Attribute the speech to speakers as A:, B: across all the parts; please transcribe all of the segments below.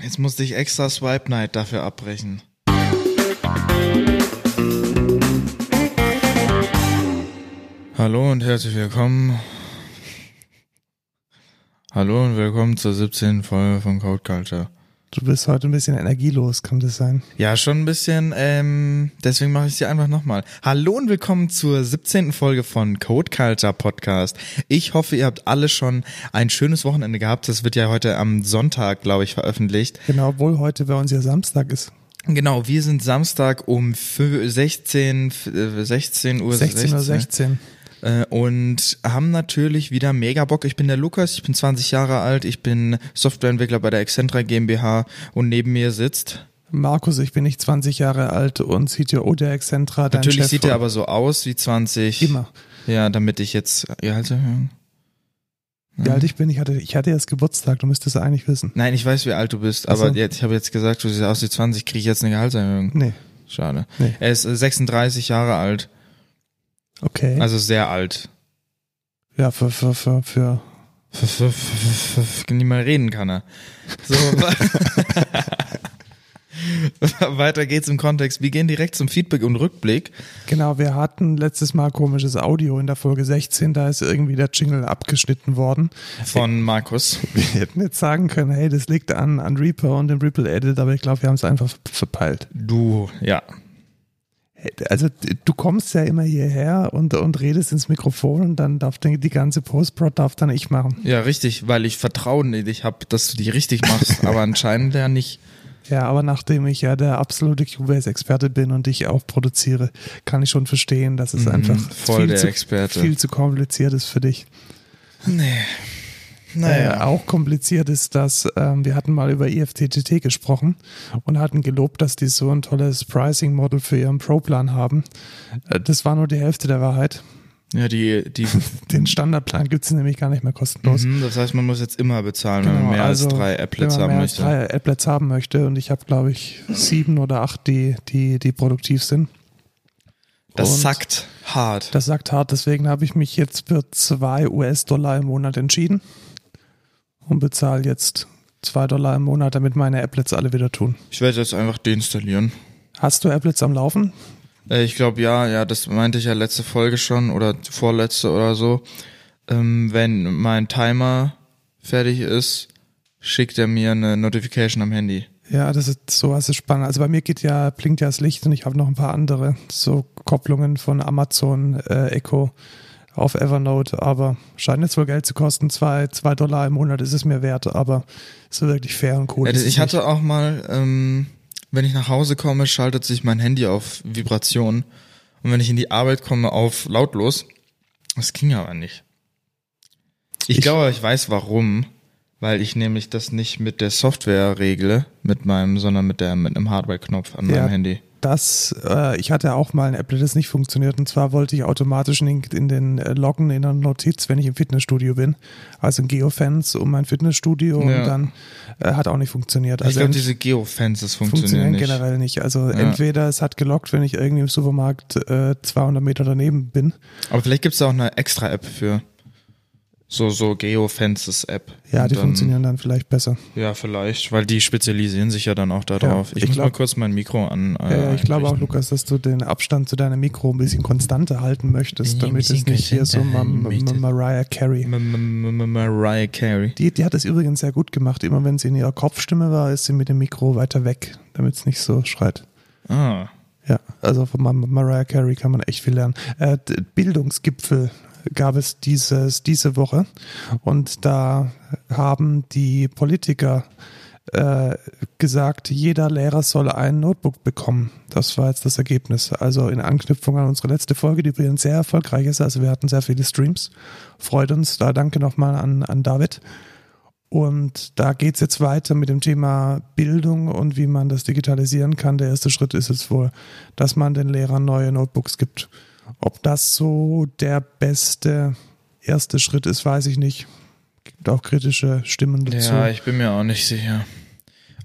A: Jetzt musste ich extra Swipe Night dafür abbrechen. Hallo und herzlich willkommen. Hallo und willkommen zur 17. Folge von Code Culture.
B: Du bist heute ein bisschen energielos, kann das sein?
A: Ja, schon ein bisschen, ähm, deswegen mache ich sie einfach nochmal. Hallo und willkommen zur 17. Folge von Code Culture Podcast. Ich hoffe, ihr habt alle schon ein schönes Wochenende gehabt. Das wird ja heute am Sonntag, glaube ich, veröffentlicht.
B: Genau, obwohl heute bei uns ja Samstag ist.
A: Genau, wir sind Samstag um fü- 16, f- äh, 16 Uhr
B: 16.16 Uhr. 16.
A: äh, und haben natürlich wieder mega Bock. Ich bin der Lukas, ich bin 20 Jahre alt, ich bin Softwareentwickler bei der Excentra GmbH und neben mir sitzt.
B: Markus, ich bin nicht 20 Jahre alt und CTO der Excentra. Dein
A: Natürlich
B: Chef
A: sieht er aber so aus wie 20.
B: Immer.
A: Ja, damit ich jetzt also, Gehaltserhöhung. Mhm.
B: Wie alt ich bin, ich hatte, ich hatte erst Geburtstag, du müsstest es eigentlich wissen.
A: Nein, ich weiß, wie alt du bist, aber
B: so.
A: jetzt, ich habe jetzt gesagt, du siehst aus wie 20, kriege ich jetzt eine Gehaltserhöhung.
B: Nee,
A: Schade.
B: Nee.
A: Er ist äh, 36 Jahre alt,
B: okay.
A: also sehr alt.
B: ja, für, für, für, für.
A: Nicht mal reden kann er. So, wa- weiter geht's im Kontext. Wir gehen direkt zum Feedback und Rückblick.
B: Genau, wir hatten letztes Mal komisches Audio in der Folge 16, da ist irgendwie der Jingle abgeschnitten worden.
A: Von Markus.
B: Wir hätten jetzt sagen können, hey, das liegt an, an Reaper und dem Ripple Edit, aber ich glaube, wir haben es einfach ver- verpeilt.
A: Du, ja.
B: Also du kommst ja immer hierher und, und redest ins Mikrofon und dann darf die, die ganze Post-Prod darf dann ich machen.
A: Ja, richtig, weil ich Vertrauen in dich habe, dass du die richtig machst, aber anscheinend ja nicht.
B: Ja, aber nachdem ich ja der absolute Cubase-Experte bin und ich auch produziere, kann ich schon verstehen, dass es
A: Mhm,
B: einfach
A: voll der
B: zu,
A: Experte.
B: viel zu kompliziert ist für dich.
A: Nee.
B: Äh, auch kompliziert ist, dass ähm, wir hatten mal über IFTTT gesprochen und hatten gelobt, dass die so ein tolles Pricing-Model für ihren Pro-Plan haben. Äh, das war nur die Hälfte der Wahrheit.
A: Ja, die, die,
B: Den Standardplan gibt's nämlich gar nicht mehr kostenlos.
A: mhm, das heißt, man muss jetzt immer bezahlen, wenn man
B: Genau,
A: mehr
B: also,
A: als drei Applets
B: wenn man
A: haben
B: mehr als
A: möchte.
B: drei Applets haben möchte. Und ich habe, glaube ich, sieben oder acht, die, die, die produktiv sind.
A: Das
B: Und
A: sackt hart.
B: Das sagt hart. Deswegen habe ich mich jetzt für zwei US-Dollar im Monat entschieden und bezahle jetzt zwei Dollar im Monat, damit meine Applets alle wieder tun.
A: Ich werde jetzt einfach deinstallieren.
B: Hast du Applets am Laufen?
A: Äh, ich glaube, ja, ja, das meinte ich ja letzte Folge schon oder vorletzte oder so. Ähm, wenn mein Timer fertig ist, schickt er mir eine Notification am Handy.
B: Ja, das ist sowas ist spannend. Also bei mir geht ja, blinkt ja das Licht und ich habe noch ein paar andere, so Kopplungen von Amazon äh, Echo auf Evernote, aber scheint jetzt wohl Geld zu kosten. Zwei, zwei Dollar im Monat ist es mir wert, aber so wirklich fair und cool.
A: Äh,
B: Oh, ist es
A: ich hatte auch mal, ähm, wenn ich nach Hause komme, schaltet sich mein Handy auf Vibration. Und wenn ich in die Arbeit komme, auf lautlos. Das ging aber nicht. Ich,
B: Ich-
A: glaube, ich weiß warum. Weil ich nämlich das nicht mit der Software regle, mit meinem, sondern mit der, mit einem Hardware-Knopf an
B: Ja.
A: meinem Handy.
B: Das, äh, ich hatte auch mal ein Applet, das nicht funktioniert. Und zwar wollte ich automatisch in den, in den äh, Loggen in der Notiz, wenn ich im Fitnessstudio bin. Also in Geofence um mein Fitnessstudio
A: Ja.
B: und dann äh, hat auch nicht funktioniert.
A: ich
B: Also
A: glaube, diese Geofans, das funktioniert
B: funktionieren
A: nicht.
B: generell nicht. Also entweder es hat gelockt, wenn ich irgendwie im Supermarkt äh, 200 Meter daneben bin.
A: Aber vielleicht gibt es da auch eine extra App für. So, so Geofences-App.
B: Ja,
A: Und
B: die
A: dann-
B: funktionieren dann vielleicht besser.
A: Ja, vielleicht, weil die spezialisieren sich ja dann auch darauf.
B: Ja,
A: ich,
B: ich
A: muss
B: glaub-
A: mal kurz mein Mikro an. äh,
B: Ja, ja, ich glaube auch,
A: einrichten.
B: Lukas, dass du den Abstand zu deinem Mikro ein bisschen konstanter halten möchtest,
A: Ja, ein
B: damit es
A: bisschen
B: nicht hier so
A: konstanter
B: Ma
A: halten
B: Ma
A: möchtest.
B: Mariah Carey.
A: M- M- M- M- Mariah Carey.
B: Die, die hat es übrigens sehr gut gemacht. Immer wenn sie in ihrer Kopfstimme war, ist sie mit dem Mikro weiter weg, damit es nicht so schreit.
A: Ah,
B: Ja, also von Ma Mariah Carey kann man echt viel lernen. Äh, d- Bildungsgipfel gab es dieses, diese Woche und da haben die Politiker äh, gesagt, jeder Lehrer soll ein Notebook bekommen. Das war jetzt das Ergebnis. Also in Anknüpfung an unsere letzte Folge, die übrigens sehr erfolgreich ist. Also wir hatten sehr viele Streams. Freut uns. Da danke nochmal an, an David. Und da geht's jetzt weiter mit dem Thema Bildung und wie man das digitalisieren kann. Der erste Schritt ist jetzt wohl, dass man den Lehrern neue Notebooks gibt. Ob das so der beste erste Schritt ist, weiß ich nicht. Gibt auch kritische Stimmen dazu.
A: ja, ich bin mir auch nicht sicher.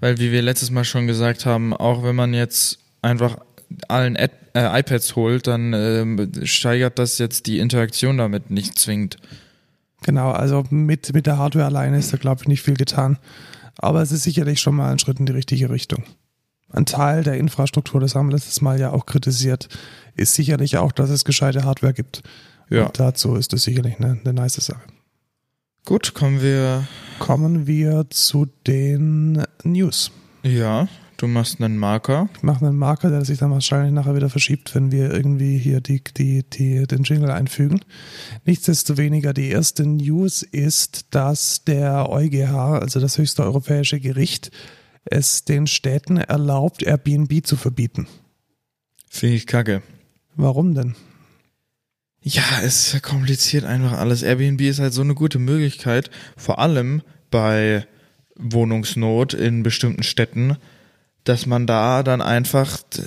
A: Weil, wie wir letztes Mal schon gesagt haben, auch wenn man jetzt einfach allen Ad äh, iPads holt, dann ähm, steigert das jetzt die Interaktion damit nicht zwingend.
B: Genau, also mit, mit der Hardware alleine ist da, glaube ich, nicht viel getan. Aber es ist sicherlich schon mal ein Schritt in die richtige Richtung. Ein Teil der Infrastruktur, das haben wir letztes Mal ja auch kritisiert, ist sicherlich auch, dass es gescheite Hardware gibt.
A: Ja.
B: Und dazu ist es sicherlich eine, eine nice Sache.
A: Gut, kommen wir.
B: Kommen wir zu den News.
A: Ja, du machst einen Marker.
B: Ich mache einen Marker, der sich dann wahrscheinlich nachher wieder verschiebt, wenn wir irgendwie hier die, die, die, den Jingle einfügen. Nichtsdestoweniger, die erste News ist, dass der EuGH, also das höchste europäische Gericht, es den Städten erlaubt, Airbnb zu verbieten.
A: Finde ich kacke.
B: Warum denn?
A: Ja, es kompliziert einfach alles. Airbnb ist halt so eine gute Möglichkeit, vor allem bei Wohnungsnot in bestimmten Städten, dass man da dann einfach. äh,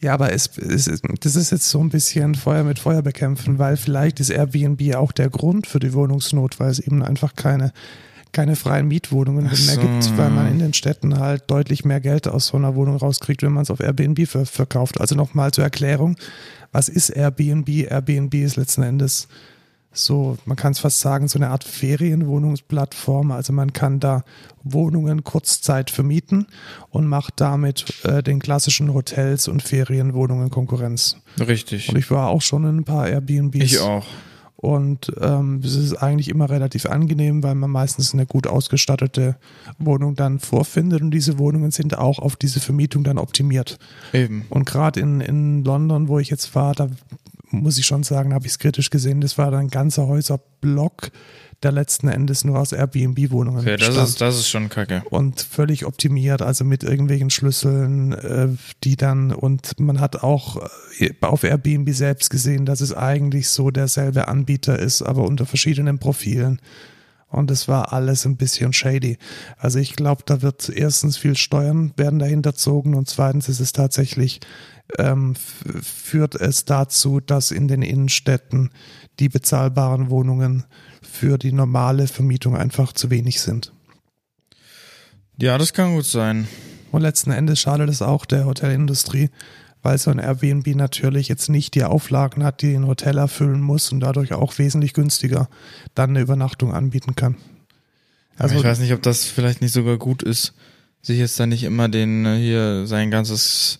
B: Ja, aber es, es, das ist jetzt so ein bisschen Feuer mit Feuer bekämpfen, weil vielleicht ist Airbnb auch der Grund für die Wohnungsnot, weil es eben einfach keine, keine freien Mietwohnungen
A: Ach
B: mehr
A: so.
B: gibt, weil man in den Städten halt deutlich mehr Geld aus so einer Wohnung rauskriegt, wenn man es auf Airbnb ver verkauft. Also nochmal zur Erklärung, was ist Airbnb? Airbnb ist letzten Endes so, man kann es fast sagen, so eine Art Ferienwohnungsplattform. Also man kann da Wohnungen kurzzeit vermieten und macht damit äh, den klassischen Hotels und Ferienwohnungen Konkurrenz.
A: Richtig.
B: Und ich war auch schon in ein paar Airbnbs.
A: Ich auch.
B: Und ähm, es ist eigentlich immer relativ angenehm, weil man meistens eine gut ausgestattete Wohnung dann vorfindet und diese Wohnungen sind auch auf diese Vermietung dann optimiert.
A: Eben.
B: Und gerade in, in London, wo ich jetzt war, da muss ich schon sagen, habe ich es kritisch gesehen, das war dann ein ganzer Häuserblock, der letzten Endes nur aus Airbnb-Wohnungen
A: Okay, das
B: bestand
A: ist, das ist schon kacke.
B: und völlig optimiert, also mit irgendwelchen Schlüsseln, äh, die dann und man hat auch äh, auf Airbnb selbst gesehen, dass es eigentlich so derselbe Anbieter ist, aber unter verschiedenen Profilen. Und es war alles ein bisschen shady. Also ich glaube, da wird erstens viel Steuern werden dahinterzogen und zweitens ist es tatsächlich ähm, f- führt es dazu, dass in den Innenstädten die bezahlbaren Wohnungen für die normale Vermietung einfach zu wenig sind.
A: Ja, das kann gut sein.
B: Und letzten Endes schadet es auch der Hotelindustrie, weil so ein Airbnb natürlich jetzt nicht die Auflagen hat, die ein Hotel erfüllen muss und dadurch auch wesentlich günstiger dann eine Übernachtung anbieten kann.
A: Also
B: Also
A: ich weiß nicht, ob das vielleicht nicht sogar gut ist, sich jetzt da nicht immer den äh, hier sein ganzes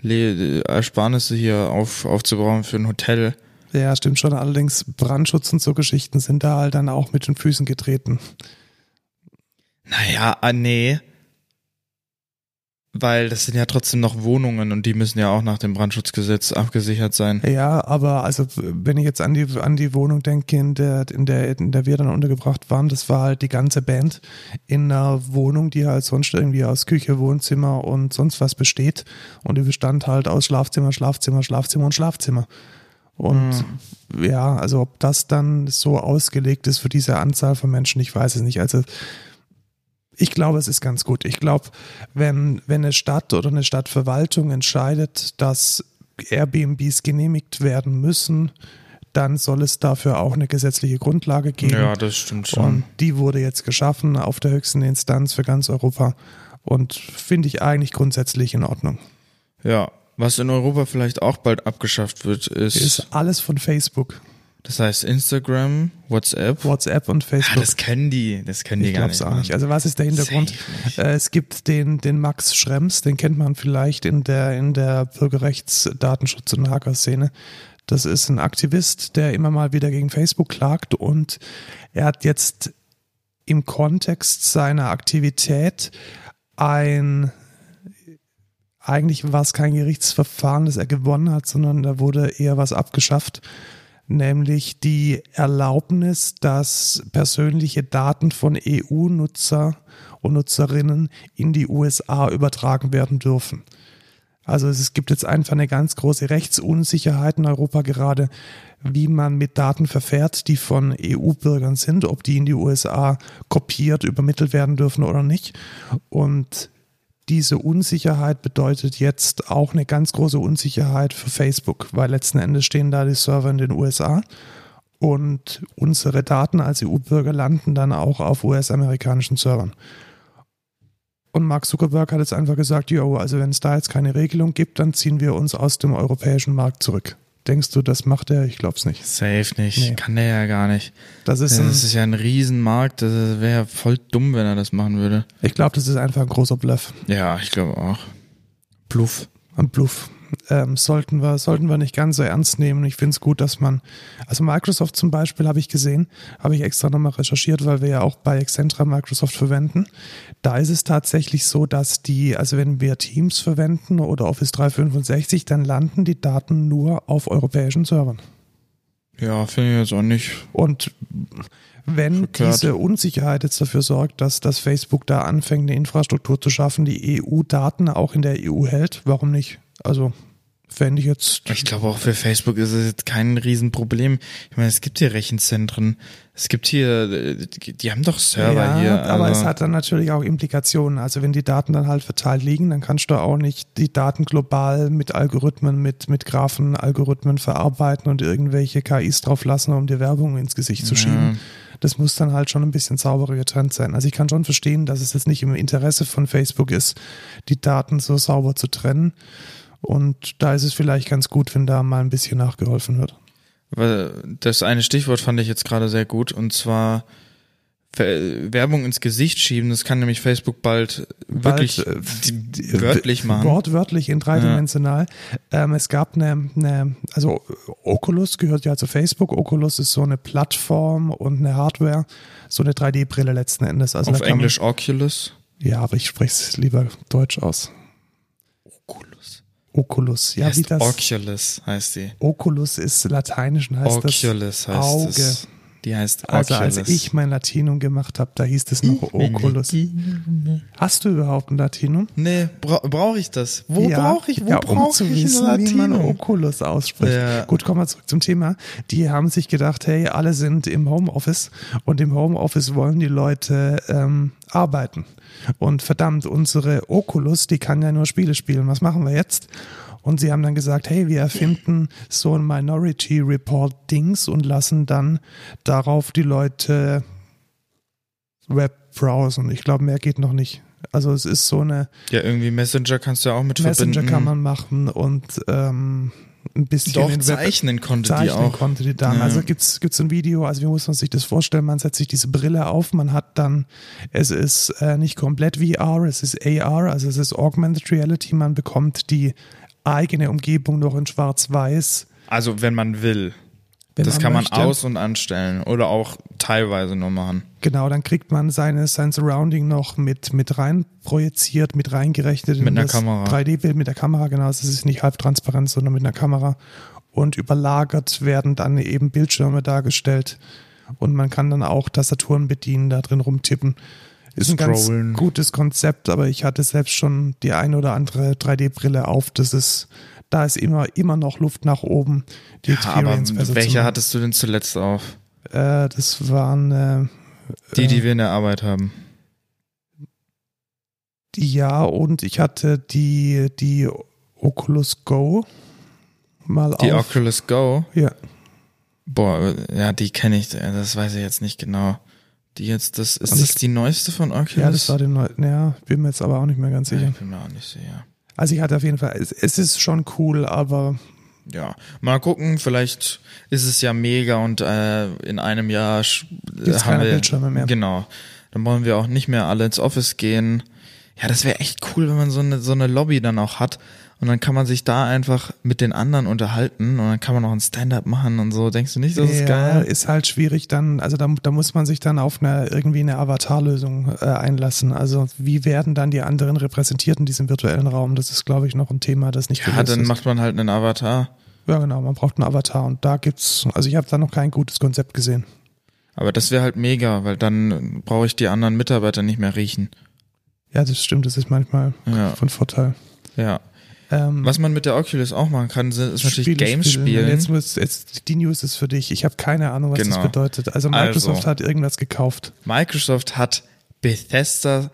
A: Le Ersparnisse hier auf, aufzubrauchen für ein Hotel.
B: ja, stimmt schon. Allerdings Brandschutz und so Geschichten sind da halt dann auch mit den Füßen getreten.
A: Naja, ah, nee. Weil das sind ja trotzdem noch Wohnungen und die müssen ja auch nach dem Brandschutzgesetz abgesichert sein.
B: Ja, aber also wenn ich jetzt an die an die Wohnung denke, in der in der in der wir dann untergebracht waren, das war halt die ganze Band in einer Wohnung, die halt sonst irgendwie aus Küche, Wohnzimmer und sonst was besteht und die bestand halt aus Schlafzimmer, Schlafzimmer, Schlafzimmer und Schlafzimmer.
A: Hm.
B: Und ja, also ob das dann so ausgelegt ist für diese Anzahl von Menschen, ich weiß es nicht. Also ich glaube, es ist ganz gut. Ich glaube, wenn, wenn eine Stadt oder eine Stadtverwaltung entscheidet, dass Airbnbs genehmigt werden müssen, dann soll es dafür auch eine gesetzliche Grundlage geben.
A: Ja, das stimmt
B: Und
A: schon.
B: die wurde jetzt geschaffen auf der höchsten Instanz für ganz Europa und finde ich eigentlich grundsätzlich in Ordnung.
A: Ja. Was in Europa vielleicht auch bald abgeschafft wird, ist,
B: Ist alles von Facebook,
A: das heißt Instagram, WhatsApp.
B: WhatsApp und
A: Ah,
B: Facebook.
A: das kennen die, das kennen die
B: ich
A: gar
B: glaube
A: nicht.
B: es auch
A: Mann.
B: nicht. Also was ist der Hintergrund?
A: Safe nicht.
B: Äh, Es gibt den, den Max Schrems, den kennt man vielleicht in der, in der Bürgerrechts-, Datenschutz- und Hacker-Szene. Das ist ein Aktivist, der immer mal wieder gegen Facebook klagt und er hat jetzt im Kontext seiner Aktivität ein eigentlich war es kein Gerichtsverfahren, das er gewonnen hat, sondern da wurde eher was abgeschafft, nämlich die Erlaubnis, dass persönliche Daten von EU-Nutzer und Nutzerinnen in die USA übertragen werden dürfen. Also es gibt jetzt einfach eine ganz große Rechtsunsicherheit in Europa gerade, wie man mit Daten verfährt, die von EU-Bürgern sind, ob die in die USA kopiert, übermittelt werden dürfen oder nicht. Und diese Unsicherheit bedeutet jetzt auch eine ganz große Unsicherheit für Facebook, weil letzten Endes stehen da die Server in den USA und unsere Daten als EU-Bürger landen dann auch auf US-amerikanischen Servern. Und Mark Zuckerberg hat jetzt einfach gesagt, jo, also wenn es da jetzt keine Regelung gibt, dann ziehen wir uns aus dem europäischen Markt zurück. Denkst du, das macht er? Ich glaub's nicht.
A: Safe nicht.
B: Nee.
A: Kann der ja gar nicht.
B: Das ist,
A: Das
B: ein,
A: ist ja ein Riesenmarkt. Das wäre voll dumm, wenn er das machen würde.
B: ich glaube, das ist einfach ein großer Bluff.
A: Ja, ich glaube auch. Bluff.
B: Ein Bluff. Ähm, sollten wir, sollten wir nicht ganz so ernst nehmen. Ich finde es gut, dass man, also Microsoft zum Beispiel habe ich gesehen, habe ich extra nochmal recherchiert, weil wir ja auch bei Excentra Microsoft verwenden. Da ist es tatsächlich so, dass die, also wenn wir Teams verwenden oder Office 365, dann landen die Daten nur auf europäischen Servern.
A: Ja, finde ich jetzt auch nicht.
B: Und wenn
A: Verkehrt.
B: diese Unsicherheit jetzt dafür sorgt, dass, dass Facebook da anfängt, eine Infrastruktur zu schaffen, die EU-Daten auch in der EU hält, warum nicht? Also fände ich jetzt.
A: Ich glaube auch für Facebook ist es jetzt kein Riesenproblem. Ich meine, es gibt hier Rechenzentren. Es gibt hier, äh, die die haben doch Server
B: ja,
A: hier.
B: aber
A: also-
B: es hat dann natürlich auch Implikationen. Also wenn die Daten dann halt verteilt liegen, dann kannst du auch nicht die Daten global mit Algorithmen, mit, mit Graphen, Algorithmen verarbeiten und irgendwelche KIs drauf lassen, um dir Werbung ins Gesicht zu schieben. Das muss dann halt schon ein bisschen sauberer getrennt sein. Also ich kann schon verstehen, dass es jetzt nicht im Interesse von Facebook ist, die Daten so sauber zu trennen. Und da ist es vielleicht ganz gut, wenn da mal ein bisschen nachgeholfen wird.
A: Weil Das eine Stichwort fand ich jetzt gerade sehr gut und zwar Ver- Werbung ins Gesicht schieben. Das kann nämlich Facebook bald, wirklich
B: äh,
A: die- wörtlich machen.
B: Wortwörtlich in dreidimensional. Ähm, es gab eine, eine, also Oculus gehört ja zu Facebook. Oculus ist so eine Plattform und eine Hardware, so eine 3D-Brille letzten Endes. Also
A: Auf
B: da kann
A: Englisch Oculus.
B: Man, ja, aber ich spreche es lieber deutsch aus.
A: Oculus.
B: Oculus. Ja,
A: heißt
B: wie das.
A: Oculus heißt die.
B: Oculus ist lateinisch und heißt
A: Oculus heißt
B: Auge.
A: es. Die heißt
B: das.
A: Oculus.
B: Also als ich mein Latinum gemacht habe, da hieß es noch Oculus. Hast du überhaupt ein Latinum?
A: Nee, bra brauche ich das? Wo
B: Ja,
A: brauche ich, wo
B: ja, um
A: brauche
B: zu
A: ich
B: wissen,
A: ein
B: wie man
A: Latino?
B: Oculus ausspricht.
A: Ja.
B: Gut, kommen wir zurück zum Thema. Die haben sich gedacht, hey, alle sind im Homeoffice und im Homeoffice wollen die Leute ähm, arbeiten. Und verdammt, unsere Oculus, die kann ja nur Spiele spielen. Was machen wir jetzt? Und sie haben dann gesagt, hey, wir erfinden so ein Minority Report Dings und lassen dann darauf die Leute Web browsen. Ich glaube, mehr geht noch nicht. Also es ist so eine
A: Ja, irgendwie Messenger kannst du ja auch mit
B: Messenger
A: verbinden.
B: kann man machen und ähm, ein bisschen
A: Doch,
B: den Web-
A: zeichnen konnte die
B: zeichnen
A: auch.
B: konnte die dann.
A: Ja.
B: Also gibt's gibt's ein Video, also wie muss man sich das vorstellen? Man setzt sich diese Brille auf, man hat dann, es ist äh, nicht komplett VR, es ist AR, also es ist Augmented Reality, man bekommt die eigene Umgebung noch in Schwarz-Weiß.
A: Also, wenn man will.
B: wenn
A: das kann man
B: möchte.
A: aus- und anstellen oder auch teilweise nur machen.
B: Genau, dann kriegt man seine, sein Surrounding noch mit, mit rein projiziert, mit reingerechnet. in
A: Mit einer
B: das
A: Kamera.
B: 3D-Bild mit der Kamera, genau. Es ist nicht halbtransparent, sondern mit einer Kamera. Und überlagert werden dann eben Bildschirme dargestellt. Und man kann dann auch Tastaturen bedienen, da drin rumtippen. Ist ein ganz
A: Scrollen.
B: gutes Konzept, aber ich hatte selbst schon die ein oder andere 3D-Brille auf. Das ist, da ist immer, immer noch Luft nach oben. Die
A: Ja, aber
B: Experience besser zu
A: welche
B: machen.
A: hattest du denn zuletzt auf?
B: Äh, das waren, äh,
A: Die,
B: äh,
A: die wir in der Arbeit haben.
B: Die Ja, und ich hatte die, die Oculus Go mal
A: Die
B: auf.
A: Oculus Go.
B: Ja,
A: Boah, ja, die kenne ich, äh, das weiß ich jetzt nicht genau. Die jetzt, das, ist
B: Und ich-
A: das die neueste von Oculus?
B: ja, das war die neue. Ja, bin mir jetzt aber auch nicht mehr ganz
A: Ja,
B: sicher.
A: ich bin mir auch nicht sicher.
B: Also ich hatte auf jeden Fall, es, es ist schon cool, aber
A: Ja, mal gucken, vielleicht ist es ja mega und äh, in einem Jahr sch- äh,
B: Gibt's keine Bildschirme mehr.
A: Genau. Dann wollen wir auch nicht mehr alle ins Office gehen. Ja, das wäre echt cool, wenn man so eine, so eine Lobby dann auch hat. Und dann kann man sich da einfach mit den anderen unterhalten und dann kann man auch ein Stand-up machen und so. Denkst du nicht, das
B: ja,
A: ist geil?
B: ist halt schwierig dann, also da, da muss man sich dann auf eine irgendwie eine Avatarlösung äh, einlassen. Also wie werden dann die anderen repräsentiert in diesem virtuellen Raum? Das ist, glaube ich, noch ein Thema, das nicht
A: Ja,
B: gelöst
A: dann
B: ist.
A: macht man halt einen Avatar.
B: Ja, genau, man braucht einen Avatar und da gibt's, also ich habe da noch kein gutes Konzept gesehen.
A: Aber das wäre halt mega, weil dann brauche ich die anderen Mitarbeiter nicht mehr riechen.
B: Ja, das stimmt, das ist manchmal
A: Ja,
B: von Vorteil.
A: ja.
B: Ähm,
A: Was man mit der Oculus auch machen kann, sind- ist natürlich Games
B: Und
A: spielen.
B: Jetzt muss, jetzt, die News ist für dich. Ich habe keine Ahnung, was
A: Genau.
B: das bedeutet. Also Microsoft
A: Also.
B: hat irgendwas gekauft.
A: Microsoft hat Bethesda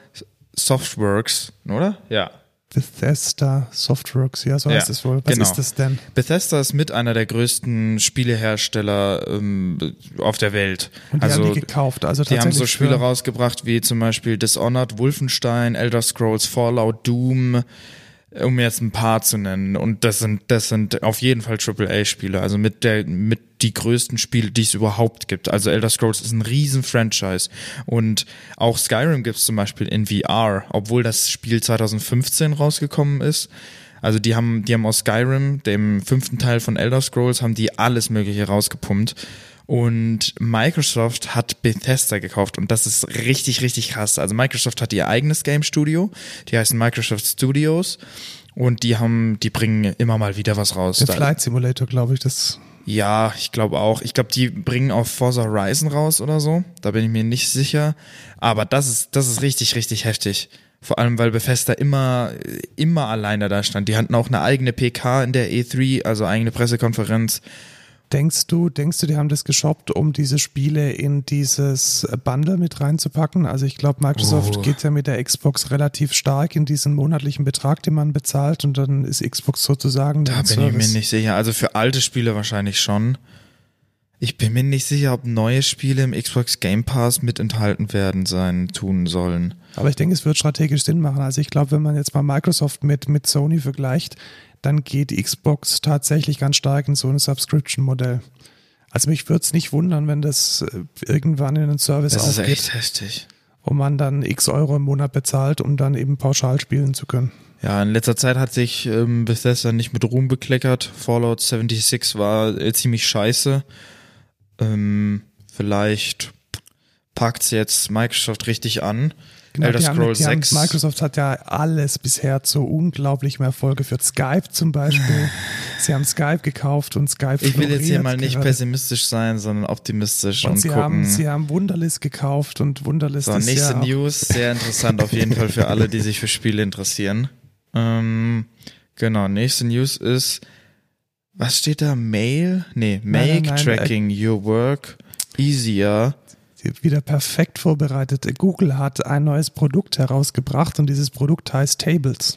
A: Softworks, oder? Ja.
B: Bethesda Softworks, ja, so
A: Ja,
B: heißt es wohl. Was
A: genau.
B: ist das denn?
A: Bethesda ist mit einer der größten Spielehersteller ähm, auf der Welt.
B: Und die
A: also
B: haben die gekauft. Also
A: die haben
B: tatsächlich
A: so Spiele
B: für-
A: rausgebracht wie zum Beispiel Dishonored, Wolfenstein, Elder Scrolls, Fallout, Doom, um jetzt ein paar zu nennen. Und das sind, das sind auf jeden Fall AAA-Spiele. Also mit der, mit die größten Spiele, die es überhaupt gibt. Also Elder Scrolls ist ein riesen Franchise. Und auch Skyrim gibt es zum Beispiel in VR, obwohl das Spiel 2015 rausgekommen ist. Also die haben, die haben aus Skyrim, dem fünften Teil von Elder Scrolls, haben die alles Mögliche rausgepumpt. Und Microsoft hat Bethesda gekauft und das ist richtig, richtig krass. Also Microsoft hat ihr eigenes Game Studio, die heißen Microsoft Studios und die haben, die bringen immer mal wieder was raus.
B: Der Flight Simulator, glaube ich, das.
A: Ja, ich glaube auch. Ich glaube, die bringen auch Forza Horizon raus oder so. Da bin ich mir nicht sicher. Aber das ist, das ist richtig, richtig heftig. Vor allem, weil Bethesda immer, immer alleine da stand. Die hatten auch eine eigene PK in der E3, also eigene Pressekonferenz.
B: Denkst du, denkst du, die haben das geshoppt, um diese Spiele in dieses Bundle mit reinzupacken? Also ich glaube, Microsoft oh. geht ja mit der Xbox relativ stark in diesen monatlichen Betrag, den man bezahlt, und dann ist Xbox sozusagen.
A: Da bin Service. ich mir nicht sicher. Also für alte Spiele wahrscheinlich schon. Ich bin mir nicht sicher, ob neue Spiele im Xbox Game Pass mit enthalten werden sein, tun sollen.
B: Aber ich denke, es wird strategisch Sinn machen. Also ich glaube, wenn man jetzt mal Microsoft mit, mit Sony vergleicht, dann geht Xbox tatsächlich ganz stark in so ein Subscription-Modell. Also mich würde es nicht wundern, wenn das äh, irgendwann in einen Service
A: das
B: aufgeht.
A: Das ist echt heftig.
B: Und man dann x Euro im Monat bezahlt, um dann eben pauschal spielen zu können.
A: Ja, in letzter Zeit hat sich ähm, Bethesda nicht mit Ruhm bekleckert. Fallout 76 war äh, ziemlich scheiße. Ähm, vielleicht packt es jetzt Microsoft richtig an.
B: Genau, Elder Scrolls 6. Microsoft hat ja alles bisher zu unglaublichem Erfolg geführt. Skype zum Beispiel. sie haben Skype gekauft und Skype
A: Ich will jetzt hier mal nicht gerade. pessimistisch sein, sondern optimistisch und, und
B: sie
A: gucken.
B: Haben, sie haben Wunderlist gekauft und Wunderlist
A: so,
B: ist
A: nächste
B: ja
A: News, sehr interessant auf jeden Fall für alle, die sich für Spiele interessieren. Ähm, genau, nächste News ist, was steht da? Mail? Nee, Make nein, nein, nein, Tracking äh, Your Work Easier
B: wieder perfekt vorbereitet. Google hat ein neues Produkt herausgebracht und dieses Produkt heißt Tables.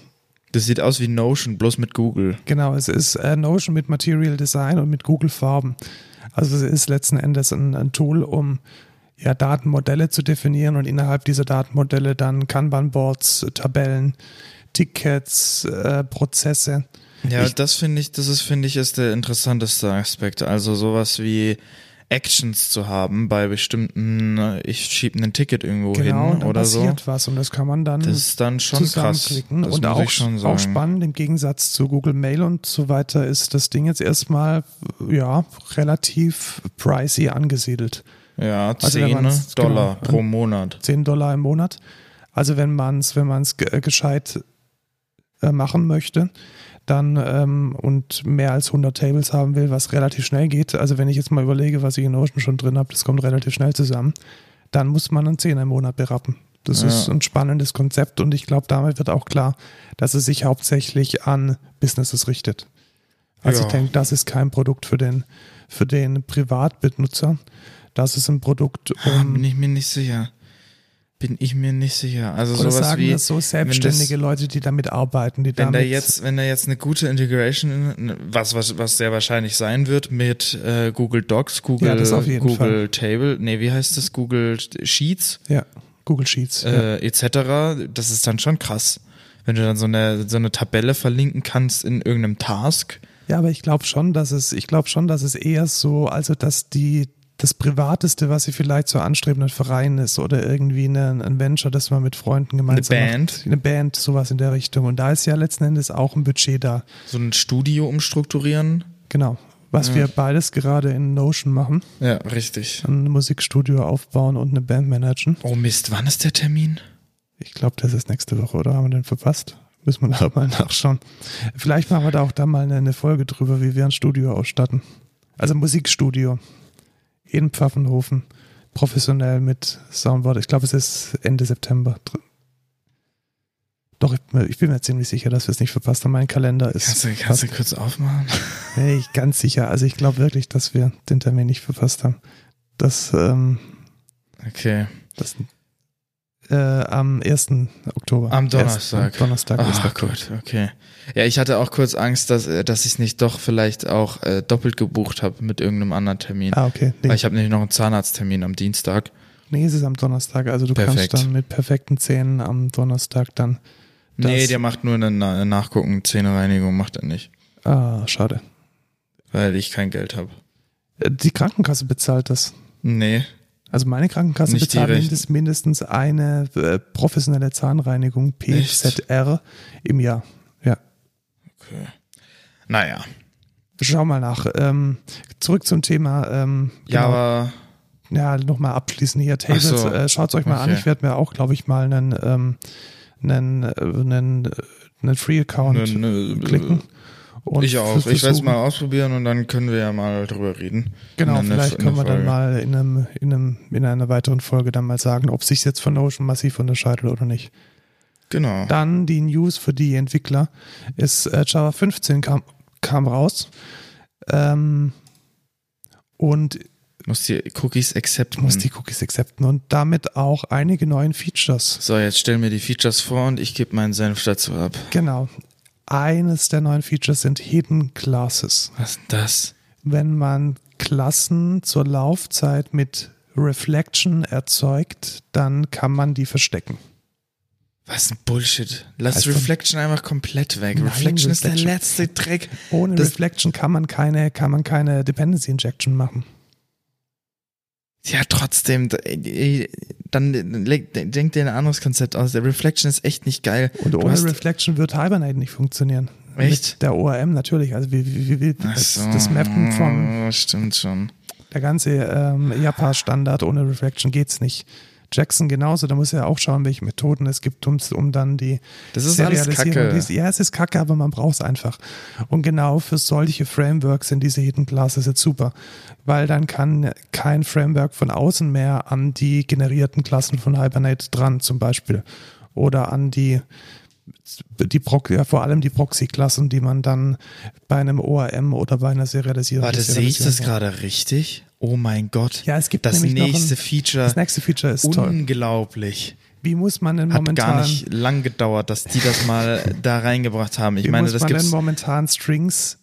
A: Das sieht aus wie Notion, bloß mit Google.
B: Genau, es ist äh, Notion mit Material Design und mit Google Farben. Also es ist letzten Endes ein, ein Tool, um ja, Datenmodelle zu definieren und innerhalb dieser Datenmodelle dann Kanban-Boards, Tabellen, Tickets, äh, Prozesse.
A: Ja, ich, das finde ich, das ist, finde ich, ist der interessanteste Aspekt. Also sowas wie Actions zu haben bei bestimmten, ich schiebe ein Ticket irgendwo
B: genau,
A: hin oder so.
B: Genau, passiert was und das kann man dann,
A: das ist dann schon
B: zusammenklicken.
A: Krass.
B: und auch, auch spannend im Gegensatz zu Google Mail und so weiter ist das Ding jetzt erstmal ja relativ pricey angesiedelt.
A: Ja, 10 also Dollar genau, pro Monat.
B: 10 Dollar im Monat. Also wenn man es wenn man's gescheit äh, machen möchte, dann ähm, und mehr als 100 Tables haben will, was relativ schnell geht. Also wenn ich jetzt mal überlege, was ich in Notion schon drin habe, das kommt relativ schnell zusammen, dann muss man einen Zehner im Monat berappen. Das ja. ist ein spannendes Konzept und ich glaube, damit wird auch klar, dass es sich hauptsächlich an Businesses richtet. Also ja. ich denke, das ist kein Produkt für den, für den Privatbenutzer. Das ist ein Produkt,
A: um. Bin ich mir nicht sicher. Bin ich mir nicht sicher. Also
B: Oder
A: sowas
B: sagen
A: wie
B: das so selbstständige
A: das,
B: Leute, die damit arbeiten, die
A: wenn
B: damit
A: da jetzt wenn da jetzt eine gute Integration ne, was was was sehr wahrscheinlich sein wird mit äh, Google Docs, Google
B: ja,
A: Google
B: Fall.
A: Table, nee, wie heißt das Google Sheets?
B: Ja, Google Sheets
A: äh, ja. etc. Das ist dann schon krass, wenn du dann so eine so eine Tabelle verlinken kannst in irgendeinem Task.
B: Ja, aber ich glaube schon, dass es ich glaube schon, dass es eher so also dass die das Privateste, was sie vielleicht so anstreben, ein Verein ist oder irgendwie eine, ein Venture, das man mit Freunden gemeinsam
A: Eine Band. Macht.
B: Eine Band, sowas in der Richtung. Und da ist ja letzten Endes auch ein Budget da.
A: So ein Studio umstrukturieren.
B: Genau. Was
A: Mhm.
B: ja. wir beides gerade in Notion machen.
A: Ja, richtig.
B: Ein Musikstudio aufbauen und eine Band managen.
A: Oh Mist, wann ist der Termin?
B: Ich glaube, das ist nächste Woche, oder? Haben wir den verpasst? Müssen wir da mal nachschauen. Vielleicht machen wir da auch dann mal eine, eine Folge drüber, wie wir ein Studio ausstatten. Also Musikstudio in Pfaffenhofen professionell mit Soundboard. Ich glaube, es ist Ende September. Doch, ich bin mir ziemlich sicher, dass wir es nicht verpasst haben. Mein Kalender ist.
A: Kannst du, kannst du kurz aufmachen?
B: Nee, ich ganz sicher. Also ich glaube wirklich, dass wir den Termin nicht verpasst haben. Das, ähm,
A: okay.
B: Das, äh, am 1. Oktober.
A: Am Donnerstag.
B: Am Donnerstag.
A: Ach oh, gut, okay. Ja, ich hatte auch kurz Angst, dass, äh, dass ich es nicht doch vielleicht auch äh, doppelt gebucht habe mit irgendeinem anderen Termin.
B: Ah, okay.
A: Nee. Weil ich habe nämlich noch einen Zahnarzttermin am Dienstag.
B: Nee, es ist am Donnerstag. Also du
A: Perfekt.
B: kannst dann mit perfekten Zähnen am Donnerstag dann
A: nee, der macht nur eine Na Nachgucken, Zähnereinigung macht er nicht,
B: Ah, schade.
A: weil ich kein Geld habe.
B: Äh, Die Krankenkasse bezahlt das.
A: Nee.
B: Also meine Krankenkasse
A: Nicht
B: bezahlt
A: direkt.
B: mindest, mindestens eine äh, professionelle Zahnreinigung PZR im Jahr. Ja.
A: Okay. Naja.
B: Schau mal nach. Ähm, zurück zum Thema. Ähm,
A: Ja, aber
B: Ja, nochmal abschließen hier. Tables,
A: Ach so.
B: äh, schaut's euch mal an.
A: Okay.
B: Ich werde mir auch, glaube ich, mal einen, ähm, einen, äh, einen, äh, einen Free-Account
A: Nö, nö,
B: klicken. Und
A: äh, ich auch.
B: vers-
A: Ich werde es
B: versuchen.
A: mal ausprobieren und dann können wir ja mal drüber reden.
B: Genau,
A: In der-
B: vielleicht
A: in der
B: können wir dann
A: Folge.
B: mal in, einem, in, einem, in einer weiteren Folge dann mal sagen, ob sich jetzt von Notion massiv unterscheidet oder nicht.
A: Genau.
B: Dann die News für die Entwickler ist äh, Java 15 kam, kam raus. Ähm, und
A: Mhm. Muss die Cookies accepten.
B: muss die Cookies accepten und damit auch einige neuen Features
A: so, jetzt stell mir die Features vor und ich gebe meinen Senf dazu ab.
B: Genau. Eines der neuen Features sind Hidden Classes.
A: Was ist denn das?
B: Wenn man Klassen zur Laufzeit mit Reflection erzeugt, dann kann man die verstecken.
A: Was ein Bullshit. Lass
B: Also-
A: Reflection einfach komplett weg.
B: Nein,
A: Reflection ist der
B: Reflection-
A: letzte Dreck.
B: Ohne
A: Das-
B: Reflection kann man keine, kann man keine Dependency Injection machen.
A: Ja, trotzdem, d- äh, dann leg- denk dir ein anderes Konzept aus. Der Reflection ist echt nicht geil.
B: Und
A: Du
B: ohne
A: hast-
B: Reflection wird Hibernate nicht funktionieren.
A: Echt?
B: Mit der ORM natürlich. Also wie, wie, wie, wie
A: Ach
B: das,
A: so.
B: das Mappen von
A: Oh, Stimmt schon.
B: der ganze ähm, Japa-Standard ohne Reflection geht's nicht. Jackson genauso, da muss er auch schauen, welche Methoden es gibt, um, um dann die
A: Das ist alles
B: Serialisierung
A: Kacke.
B: dies- ja, es ist kacke, aber man braucht es einfach. Und genau für solche Frameworks sind diese Hidden Classes jetzt super, weil dann kann kein Framework von außen mehr an die generierten Klassen von Hibernate dran, zum Beispiel. Oder an die, die Proc- ja, vor allem die Proxy-Klassen, die man dann bei einem ORM oder bei einer Serialisierung.
A: Warte, sehe ich
B: Serialisierung
A: das
B: braucht.
A: gerade richtig? Oh mein Gott.
B: Ja, es gibt
A: das
B: nämlich
A: nächste
B: noch ein,
A: Feature.
B: das nächste Feature ist toll.
A: Unglaublich.
B: Wie muss man denn
A: Hat
B: momentan
A: gar nicht lang gedauert, dass die das mal da reingebracht haben. Ich
B: wie
A: meine,
B: muss
A: das
B: man denn
A: gibt's
B: momentan Strings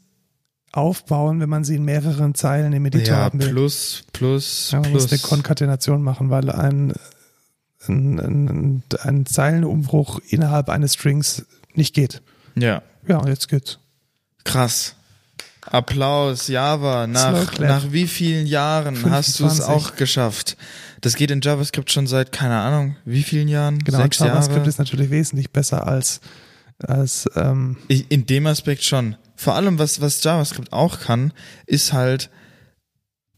B: aufbauen, wenn man sie in mehreren Zeilen im Editor
A: ja
B: haben will?
A: plus plus
B: Ja, man muss eine
A: plus.
B: Konkatenation machen, weil ein, ein, ein, ein Zeilenumbruch innerhalb eines Strings nicht geht.
A: ja,
B: Ja, jetzt geht's.
A: krass. Applaus, Java.
B: Slow
A: Nach,
B: clap.
A: nach wie vielen Jahren hast du es
B: 25.
A: auch geschafft? Das geht in JavaScript schon seit, keine Ahnung, wie vielen Jahren?
B: Genau,
A: Sechs
B: und JavaScript
A: Jahre?
B: ist natürlich wesentlich besser als, als ähm,
A: Ich- In dem Aspekt schon. Vor allem, was, was JavaScript auch kann, ist halt,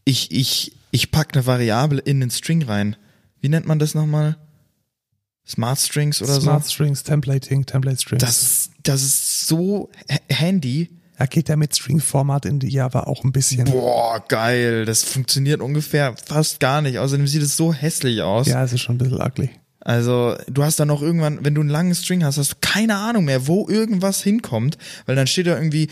A: ich, ich, ich pack eine Variable in den String rein. Wie nennt man das nochmal? Smart Strings oder
B: Smart
A: so?
B: Strings, Templating, Template Strings.
A: Das ist, das ist so ha- handy.
B: da geht ja mit String-Format in die Java auch ein bisschen.
A: Boah, geil. Das funktioniert ungefähr fast gar nicht. Außerdem sieht es so hässlich aus.
B: Ja, es ist schon ein bisschen ugly.
A: Also, du hast dann auch irgendwann, wenn du einen langen String hast, hast du keine Ahnung mehr, wo irgendwas hinkommt, weil dann steht da irgendwie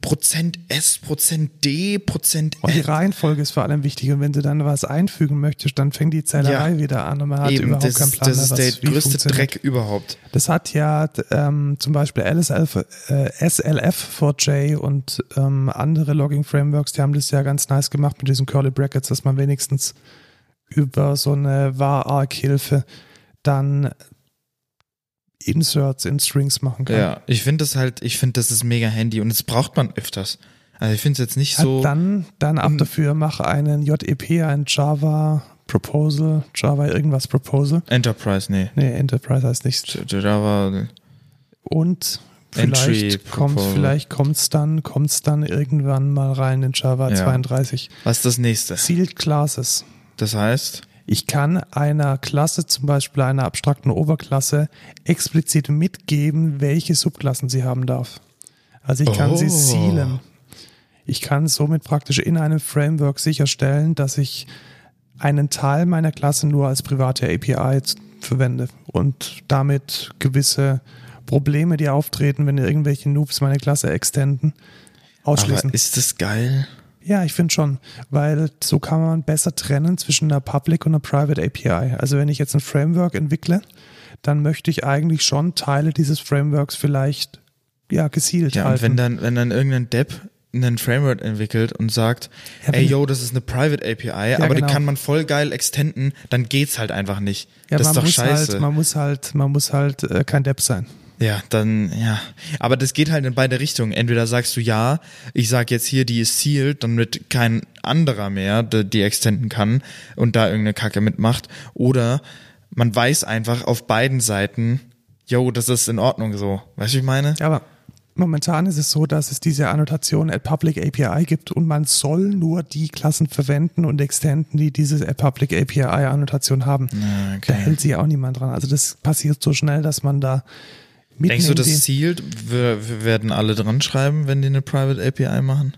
A: Prozent S, Prozent D, Prozent
B: Und die
A: L.
B: Reihenfolge ist vor allem wichtig. Und wenn du dann was einfügen möchtest, dann fängt die Zählerei wieder an und man hat
A: Eben,
B: überhaupt
A: das,
B: keinen Plan
A: das ist
B: mehr,
A: der
B: was wie
A: größte
B: funktioniert.
A: Dreck überhaupt.
B: Das hat ja ähm, zum Beispiel LSLF, äh, SLF4J und ähm, andere Logging-Frameworks, die haben das ja ganz nice gemacht mit diesen Curly Brackets, dass man wenigstens über so eine var-arc-Hilfe dann Inserts in Strings machen kann.
A: Ja, ich finde das halt, ich finde, das ist mega handy und das braucht man öfters. Also, ich finde es jetzt nicht
B: Hat
A: so.
B: dann, dann ab dafür, mach einen JEP, ein Java Proposal, Java irgendwas Proposal.
A: Enterprise, nee.
B: Nee, Enterprise heißt nicht.
A: Java,
B: Und
A: Entry
B: vielleicht kommt
A: Proposal.
B: vielleicht kommt's dann, kommt's dann irgendwann mal rein in Java
A: Ja.
B: 32.
A: was ist das nächste?
B: Sealed Classes.
A: Das heißt,
B: Ich kann einer Klasse, zum Beispiel einer abstrakten Oberklasse, explizit mitgeben, welche Subklassen sie haben darf. Also ich kann sie
A: Oh.
B: sealen. Ich kann somit praktisch in einem Framework sicherstellen, dass ich einen Teil meiner Klasse nur als private API z- verwende und damit gewisse Probleme, die auftreten, wenn irgendwelche Noobs meine Klasse extenden, ausschließen.
A: aber ist das geil?
B: Ja, ich finde schon, weil so kann man besser trennen zwischen einer Public und einer Private API. Also wenn ich jetzt ein Framework entwickle, dann möchte ich eigentlich schon Teile dieses Frameworks vielleicht ja gesiedelt
A: Ja, und
B: halten.
A: wenn dann, wenn dann irgendein Depp einen Framework entwickelt und sagt,
B: Ja, wenn-
A: ey yo, das ist eine Private API, aber
B: genau.
A: die kann man voll geil extenden, dann geht's halt einfach nicht.
B: ja,
A: das
B: man
A: ist doch
B: muss
A: scheiße.
B: halt, man muss halt, man muss halt äh, kein Depp sein.
A: Ja, dann, ja. Aber das geht halt in beide Richtungen. Entweder sagst du ja, ich sag jetzt hier, die ist sealed, damit kein anderer mehr die, die extenden kann und da irgendeine Kacke mitmacht. Oder man weiß einfach auf beiden Seiten, yo, das ist in Ordnung so. Weißt du, wie ich meine?
B: Ja, aber momentan ist es so, dass es diese Annotation at Public API gibt und man soll nur die Klassen verwenden und extenden, die diese at Public API Annotation haben.
A: Na,
B: Da hält sich auch niemand dran. Also das passiert so schnell, dass man da mitten
A: Denkst du,
B: in
A: das
B: den-
A: sealed wir, wir werden alle dran schreiben, wenn die eine Private API machen?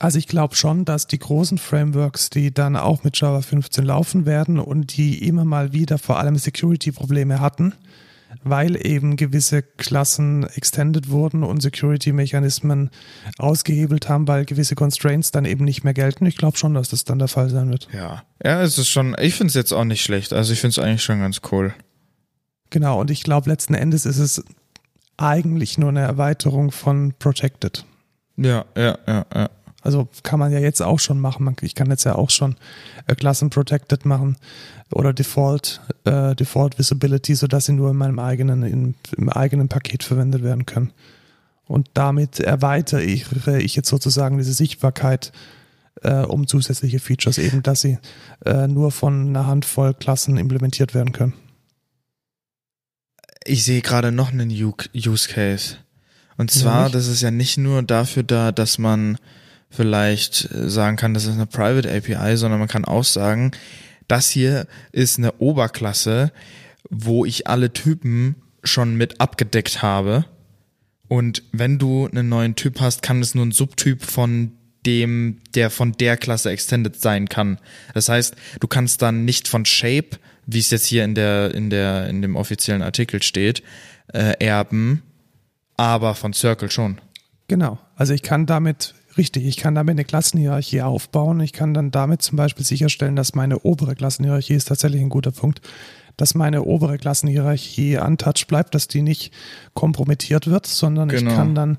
B: Also ich glaube schon, dass die großen Frameworks, die dann auch mit Java 15 laufen werden und die immer mal wieder vor allem Security-Probleme hatten, weil eben gewisse Klassen extended wurden und Security-Mechanismen ausgehebelt haben, weil gewisse Constraints dann eben nicht mehr gelten. Ich glaube schon, dass das dann der Fall sein wird.
A: Ja. Ja, es ist schon, ich find's jetzt auch nicht schlecht. Also ich find's eigentlich schon ganz cool.
B: Genau, und ich glaube letzten Endes ist es eigentlich nur eine Erweiterung von Protected.
A: Ja, ja, ja, ja.
B: Also kann man ja jetzt auch schon machen. Man, ich kann jetzt ja auch schon äh, Klassen Protected machen oder Default, äh, Default Visibility, sodass sie nur in meinem eigenen, in, im eigenen Paket verwendet werden können. Und damit erweitere ich, ich jetzt sozusagen diese Sichtbarkeit äh, um zusätzliche Features, eben dass sie äh, nur von einer Handvoll Klassen implementiert werden können.
A: Ich sehe gerade noch einen U- Use Case. Und zwar,
B: Nämlich?
A: das ist ja nicht nur dafür da, dass man vielleicht äh, sagen kann, das ist eine Private API, sondern man kann auch sagen, das hier ist eine Oberklasse, wo ich alle Typen schon mit abgedeckt habe. Und wenn du einen neuen Typ hast, kann es nur ein Subtyp von dem, der von der Klasse extended sein kann. Das heißt, du kannst dann nicht von Shape, wie es jetzt hier in der, in der, in dem offiziellen Artikel steht, äh, erben, aber von Circle schon.
B: Genau. Also ich kann damit, richtig, ich kann damit eine Klassenhierarchie aufbauen. Ich kann dann damit zum Beispiel sicherstellen, dass meine obere Klassenhierarchie ist tatsächlich ein guter Punkt, dass meine obere Klassenhierarchie untouched bleibt, dass die nicht kompromittiert wird, sondern
A: Genau.
B: ich kann dann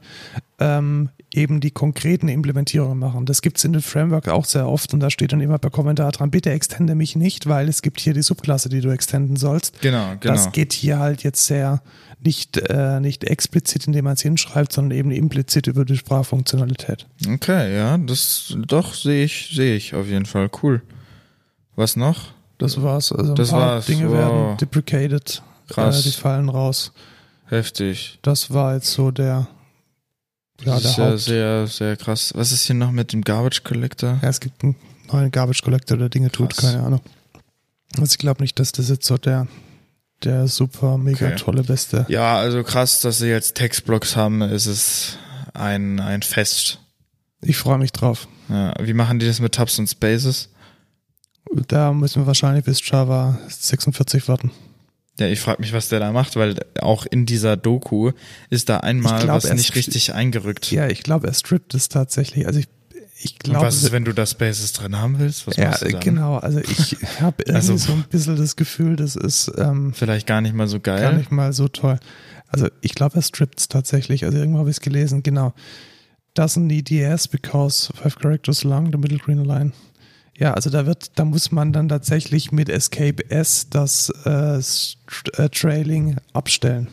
B: ähm, eben die konkreten Implementierungen machen. Das gibt's in den Framework auch sehr oft und da steht dann immer per Kommentar dran, bitte extende mich nicht, weil es gibt hier die Subklasse, die du extenden sollst.
A: Genau,
B: Das geht hier halt jetzt sehr nicht, äh, nicht explizit, indem man es hinschreibt, sondern eben implizit über die Sprachfunktionalität.
A: Okay, ja, das doch sehe ich, sehe ich auf jeden Fall. Cool. Was noch?
B: Das war's. Also ein
A: Das
B: paar
A: war's.
B: Dinge
A: Wow.
B: werden deprecated,
A: Krass.
B: Äh, die fallen raus.
A: Heftig.
B: Das war jetzt so der, ja,
A: das
B: der
A: ist ja
B: Haupt.
A: sehr, sehr krass. Was ist hier noch mit dem Garbage Collector?
B: Ja, es gibt einen neuen Garbage Collector, der Dinge tut,
A: Krass.
B: keine Ahnung. Also ich glaube nicht, dass das jetzt so der, der super, mega
A: Okay.
B: tolle beste.
A: Ja, also krass, dass sie jetzt Textblocks haben, ist es ein, ein Fest.
B: Ich freue mich drauf.
A: Ja, wie machen die das mit Tabs und Spaces?
B: Da müssen wir wahrscheinlich bis Java 46 warten.
A: Ja, ich frage mich, was der da macht, weil auch in dieser Doku ist da einmal
B: Ich glaub,
A: was
B: er
A: nicht
B: ist-
A: richtig eingerückt.
B: Ja, ich glaube, er strippt es tatsächlich. Also ich, ich
A: und
B: glaube,
A: was ist, wenn du da Spaces drin haben willst? Was
B: ja,
A: machst du dann?
B: genau. Also ich habe irgendwie
A: Also-
B: so ein bisschen das Gefühl, das ist ähm,
A: Vielleicht gar nicht mal so geil.
B: gar nicht mal so toll. Also ich glaube, er strippt es tatsächlich. Also irgendwo habe ich es gelesen, genau. Doesn't need DS because five characters long, the middle green line. Ja, also da wird, da muss man dann tatsächlich mit Escape S das äh, St- äh, Trailing abstellen.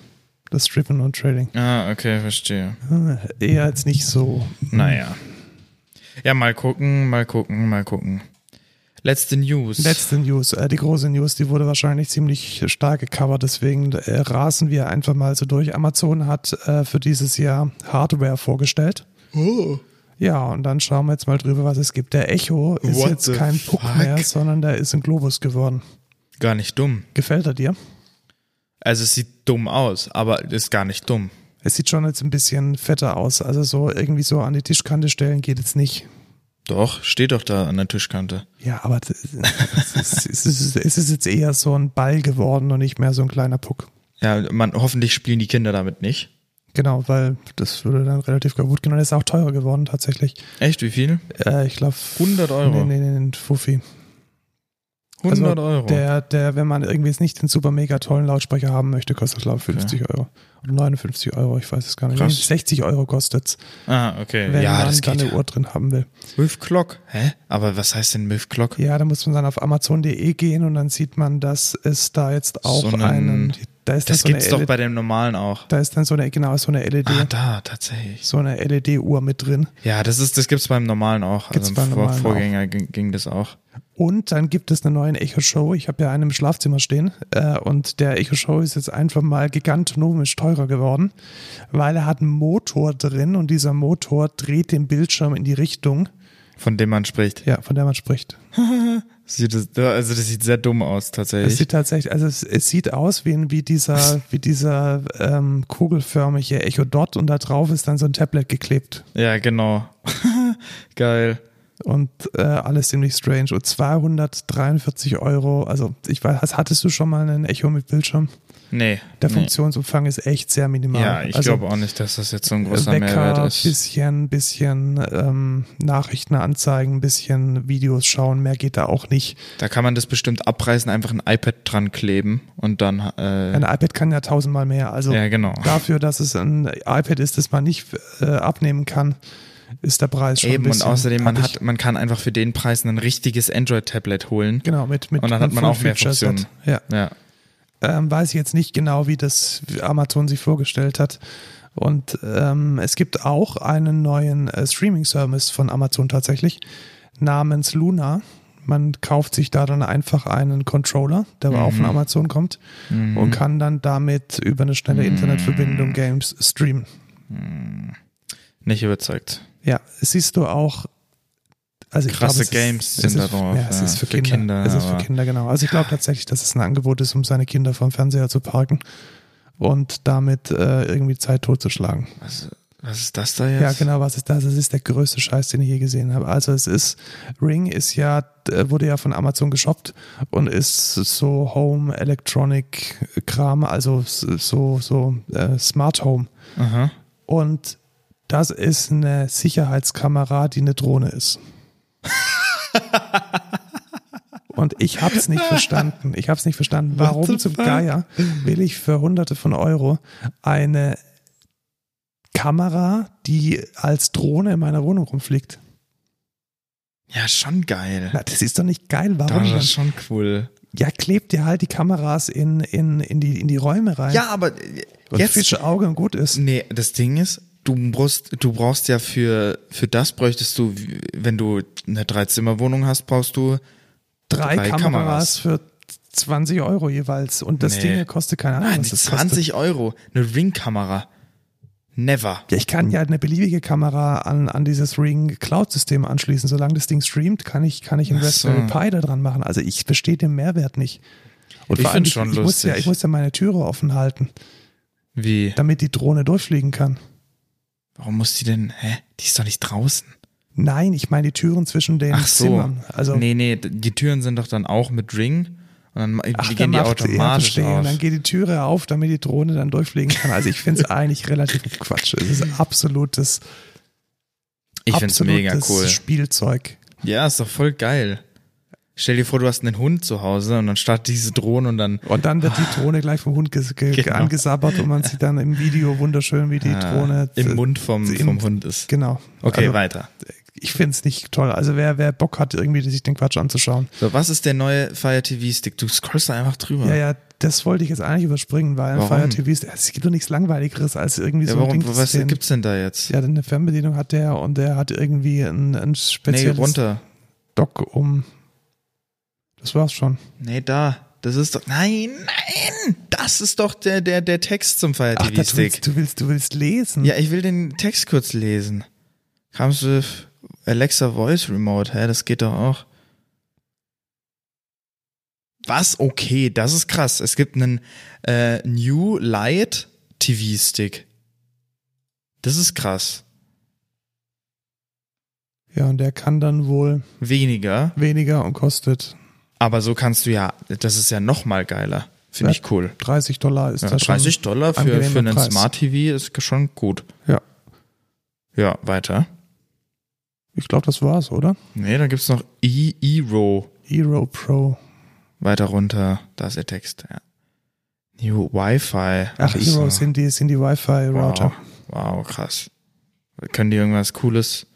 B: Das Strippen und Trailing.
A: Ah, okay, verstehe.
B: Hm, Eher jetzt nicht so.
A: Naja. Ja, mal gucken, mal gucken, mal gucken. Letzte News.
B: Letzte News, äh, die große News, die wurde wahrscheinlich ziemlich stark gecovert, deswegen äh, rasen wir einfach mal so durch. Amazon hat äh, für dieses Jahr Hardware vorgestellt.
A: Oh.
B: Ja, und dann schauen wir jetzt mal drüber, was es gibt. Der Echo ist
A: What the
B: jetzt kein Puck
A: fuck?
B: mehr, sondern der ist ein Globus geworden.
A: Gar nicht dumm.
B: Gefällt er dir?
A: Also es sieht dumm aus, aber ist gar nicht dumm.
B: Es sieht schon jetzt ein bisschen fetter aus. Also so irgendwie so an die Tischkante stellen geht jetzt nicht.
A: Doch, steht doch da an der Tischkante.
B: Ja, aber das- es ist, es ist, es ist jetzt eher so ein Ball geworden und nicht mehr so ein kleiner Puck.
A: Ja, man, hoffentlich spielen die Kinder damit nicht.
B: Genau, weil das würde dann relativ kaputt gehen und ist auch teurer geworden tatsächlich.
A: Echt, wie viel?
B: Äh, ich glaube
A: 100 Euro.
B: Nee, nee, nee, nee, Fuffi.
A: 100
B: Also,
A: Euro.
B: Der, der, wenn man irgendwie jetzt nicht den super mega tollen Lautsprecher haben möchte, kostet glaube ich 50 Euro. Oder 59 Euro, ich weiß es gar nicht.
A: Krass.
B: Nee, 60 Euro kostet's,
A: ah, okay.
B: wenn
A: ja,
B: man
A: das
B: da
A: geht.
B: eine
A: ja.
B: Uhr drin haben will.
A: Milf Clock. Hä? Aber was heißt denn Milf Clock?
B: Ja, da muss man dann auf amazon.de gehen und dann sieht man, dass es da jetzt auch
A: So einen-
B: einen, Da ist
A: Das
B: dann
A: gibt's
B: so eine
A: doch
B: LED,
A: bei dem normalen auch.
B: da ist dann so eine, genau, so eine LED,
A: Ah, da, tatsächlich.
B: so eine LED-Uhr mit drin.
A: Ja, das ist, das gibt's beim normalen auch.
B: Gibt's
A: also
B: beim
A: im Vor-
B: normalen
A: Vorgänger Ging, ging das auch.
B: Und dann gibt es eine neue Echo-Show. Ich habe ja einen im Schlafzimmer stehen äh, und der Echo-Show ist jetzt einfach mal gigantonomisch teurer geworden, weil er hat einen Motor drin und dieser Motor dreht den Bildschirm in die Richtung,
A: Von dem man spricht.
B: ja, von der man spricht.
A: Sieht das, also das sieht sehr dumm aus,
B: Es
A: tatsächlich.
B: sieht tatsächlich, also es, es sieht aus wie, ein- wie dieser, wie dieser ähm, kugelförmige Echo Dot und da drauf ist dann so ein Tablet geklebt
A: Ja, genau. Geil.
B: und äh, alles ziemlich strange. Und 243 Euro, also ich weiß, hattest du schon mal einen Echo mit Bildschirm?
A: Nee.
B: Der
A: nee.
B: Funktionsumfang ist echt sehr minimal.
A: Ja, ich
B: also,
A: glaube auch nicht, dass das jetzt so ein großer
B: Wecker,
A: Mehrwert ist.
B: bisschen, bisschen ähm, Nachrichten anzeigen, bisschen Videos schauen, mehr geht da auch nicht.
A: Da kann man das bestimmt abreißen, einfach ein iPad dran kleben und dann. Äh,
B: Ein iPad kann ja tausendmal mehr. Also
A: ja, genau.
B: dafür, dass es ein iPad ist, das man nicht äh, abnehmen kann, ist der Preis schon ein
A: Eben und
B: bisschen.
A: außerdem, man,
B: happig.
A: hat, man kann einfach für den Preis ein richtiges Android-Tablet holen.
B: Genau, mit, mit
A: Und dann hat man
B: einem
A: auch mehr
B: Full-Feature-Set.
A: Funktionen.
B: Ja.
A: Ja.
B: Ähm, weiß ich jetzt nicht genau, wie das Amazon sich vorgestellt hat. Und ähm, es gibt auch einen neuen äh, Streaming-Service von Amazon tatsächlich namens Luna. Man kauft sich da dann einfach einen Controller, der aber auch von Amazon kommt und kann dann damit über eine schnelle Internetverbindung Games streamen.
A: hm, Nicht überzeugt.
B: Ja, siehst du auch. Also ich
A: Krasse
B: glaube, es ist-
A: Games sind
B: es
A: da
B: ist-
A: drauf,
B: Ja, es
A: ja,
B: ist für,
A: für
B: Kinder.
A: Kinder,
B: Es ist für
A: aber-
B: Kinder, genau. Also ich glaube tatsächlich, dass es ein Angebot ist, um seine Kinder vom Fernseher zu parken und damit äh, irgendwie Zeit totzuschlagen.
A: Was, was ist das da
B: Ja,
A: jetzt?
B: genau, was ist das? Es ist der größte Scheiß, den ich je gesehen habe. Also es ist, Ring ist ja, äh, wurde ja von Amazon geshoppt und ist so Home Electronic Kram, also s- so, so äh, Smart Home.
A: Aha.
B: Und das ist eine Sicherheitskamera, die eine Drohne ist. Und ich hab's nicht verstanden. Ich hab's nicht verstanden.
A: What the
B: Warum zum
A: fuck?
B: Geier will ich für Hunderte von Euro eine Kamera, die als Drohne in meiner Wohnung rumfliegt?
A: Ja, schon geil.
B: Na, das ist doch nicht geil. Warum?
A: das
B: denn?
A: ist schon cool.
B: Ja, klebt dir halt die Kameras in, in, in, die, in die Räume rein.
A: Ja, aber äh,
B: und
A: jetzt.
B: fische Auge und gut ist.
A: Nee, das Ding ist, du brauchst, du brauchst ja für, für das bräuchtest du, wenn du eine Dreizimmerwohnung hast, brauchst du
B: drei,
A: Drei
B: Kameras,
A: Kameras.
B: für 20 Euro jeweils. Und das
A: Nee.
B: Ding hier kostet keine Ahnung, was das 20. Kostet.
A: 20 Ah, Euro. Eine Ringkamera. Never.
B: Ja, ich kann ja eine beliebige Kamera an, an dieses Ring Cloud-System anschließen. Solange das Ding streamt, kann ich, kann ich einen
A: Ach so.
B: Raspberry Pi da dran machen. Also ich verstehe den Mehrwert nicht. Und
A: Ich
B: vor allem,
A: find's schon
B: ich, ich muss ja,
A: lustig.
B: ich muss ja meine Türe offen halten,
A: Wie?
B: damit die Drohne durchfliegen kann.
A: Warum muss die denn? Hä? Die ist doch nicht draußen.
B: Nein, ich meine die Türen zwischen den
A: Ach so.
B: Zimmern. Also
A: nee, nee, d- die Türen sind doch dann auch mit Ring. Und dann ma-
B: Ach,
A: die
B: dann
A: gehen die
B: macht- ja,
A: automatisch
B: verstehe.
A: auf.
B: Und dann geht die Türe auf, damit die Drohne dann durchfliegen kann. Also ich finde es eigentlich relativ Quatsch. Es ist absolutes
A: Ich find's mega
B: absolutes
A: cool.
B: Spielzeug.
A: Ja, ist doch voll geil. Stell dir vor, du hast einen Hund zu Hause und dann startet diese Drohne und dann.
B: Und dann wird die Drohne gleich vom Hund ges ge
A: Ah. Genau.
B: angesabbert und man sieht dann im Video wunderschön, wie die
A: äh,
B: Drohne
A: Im Mund vom,
B: im-
A: vom Hund ist.
B: Genau.
A: Okay,
B: also,
A: weiter.
B: ich finde es nicht toll. Also wer, wer Bock hat, irgendwie sich den Quatsch anzuschauen.
A: So, was ist der neue Fire TV Stick? Du scrollst da einfach drüber.
B: Ja, ja, das wollte ich jetzt eigentlich überspringen, weil
A: Warum?
B: Fire TV ist, es gibt doch nichts Langweiligeres als irgendwie
A: Ja,
B: so ein
A: warum,
B: Ding. zu
A: was
B: sehen.
A: gibt's denn da jetzt?
B: Ja, denn eine Fernbedienung hat der und der hat irgendwie ein, ein
A: nee,
B: spezielles
A: runter.
B: Dock um. Das war's schon.
A: Nee, da. Das ist doch. Nein, nein! Das ist doch der, der, der Text zum Fire
B: Ach,
A: TV
B: das
A: Stick.
B: willst, du willst, du willst lesen.
A: Ja, ich will den Text kurz lesen. Comes with Alexa Voice Remote. Hä, das geht doch auch. Was? Okay, das ist krass. Es gibt einen äh, New Light TV Stick. Das ist krass.
B: ja, und der kann dann wohl
A: Weniger,
B: weniger und kostet
A: aber so kannst du ja, das ist ja noch mal geiler. Finde
B: Ja,
A: ich cool.
B: 30 Dollar. Ist
A: Ja,
B: das schon
A: 30 Dollar für,
B: angenehmer
A: für einen
B: Preis.
A: Smart TV ist schon gut.
B: Ja.
A: Ja, weiter.
B: Ich glaube, das war's, oder?
A: Nee, dann gibt's noch E, E-Row.
B: Hero Pro.
A: Weiter runter, da ist der Text. Ja. New Wi-Fi.
B: Ach, Hero sind die, sind die Wi-Fi-Router.
A: äh, wow. wow, krass. Können die irgendwas Cooles?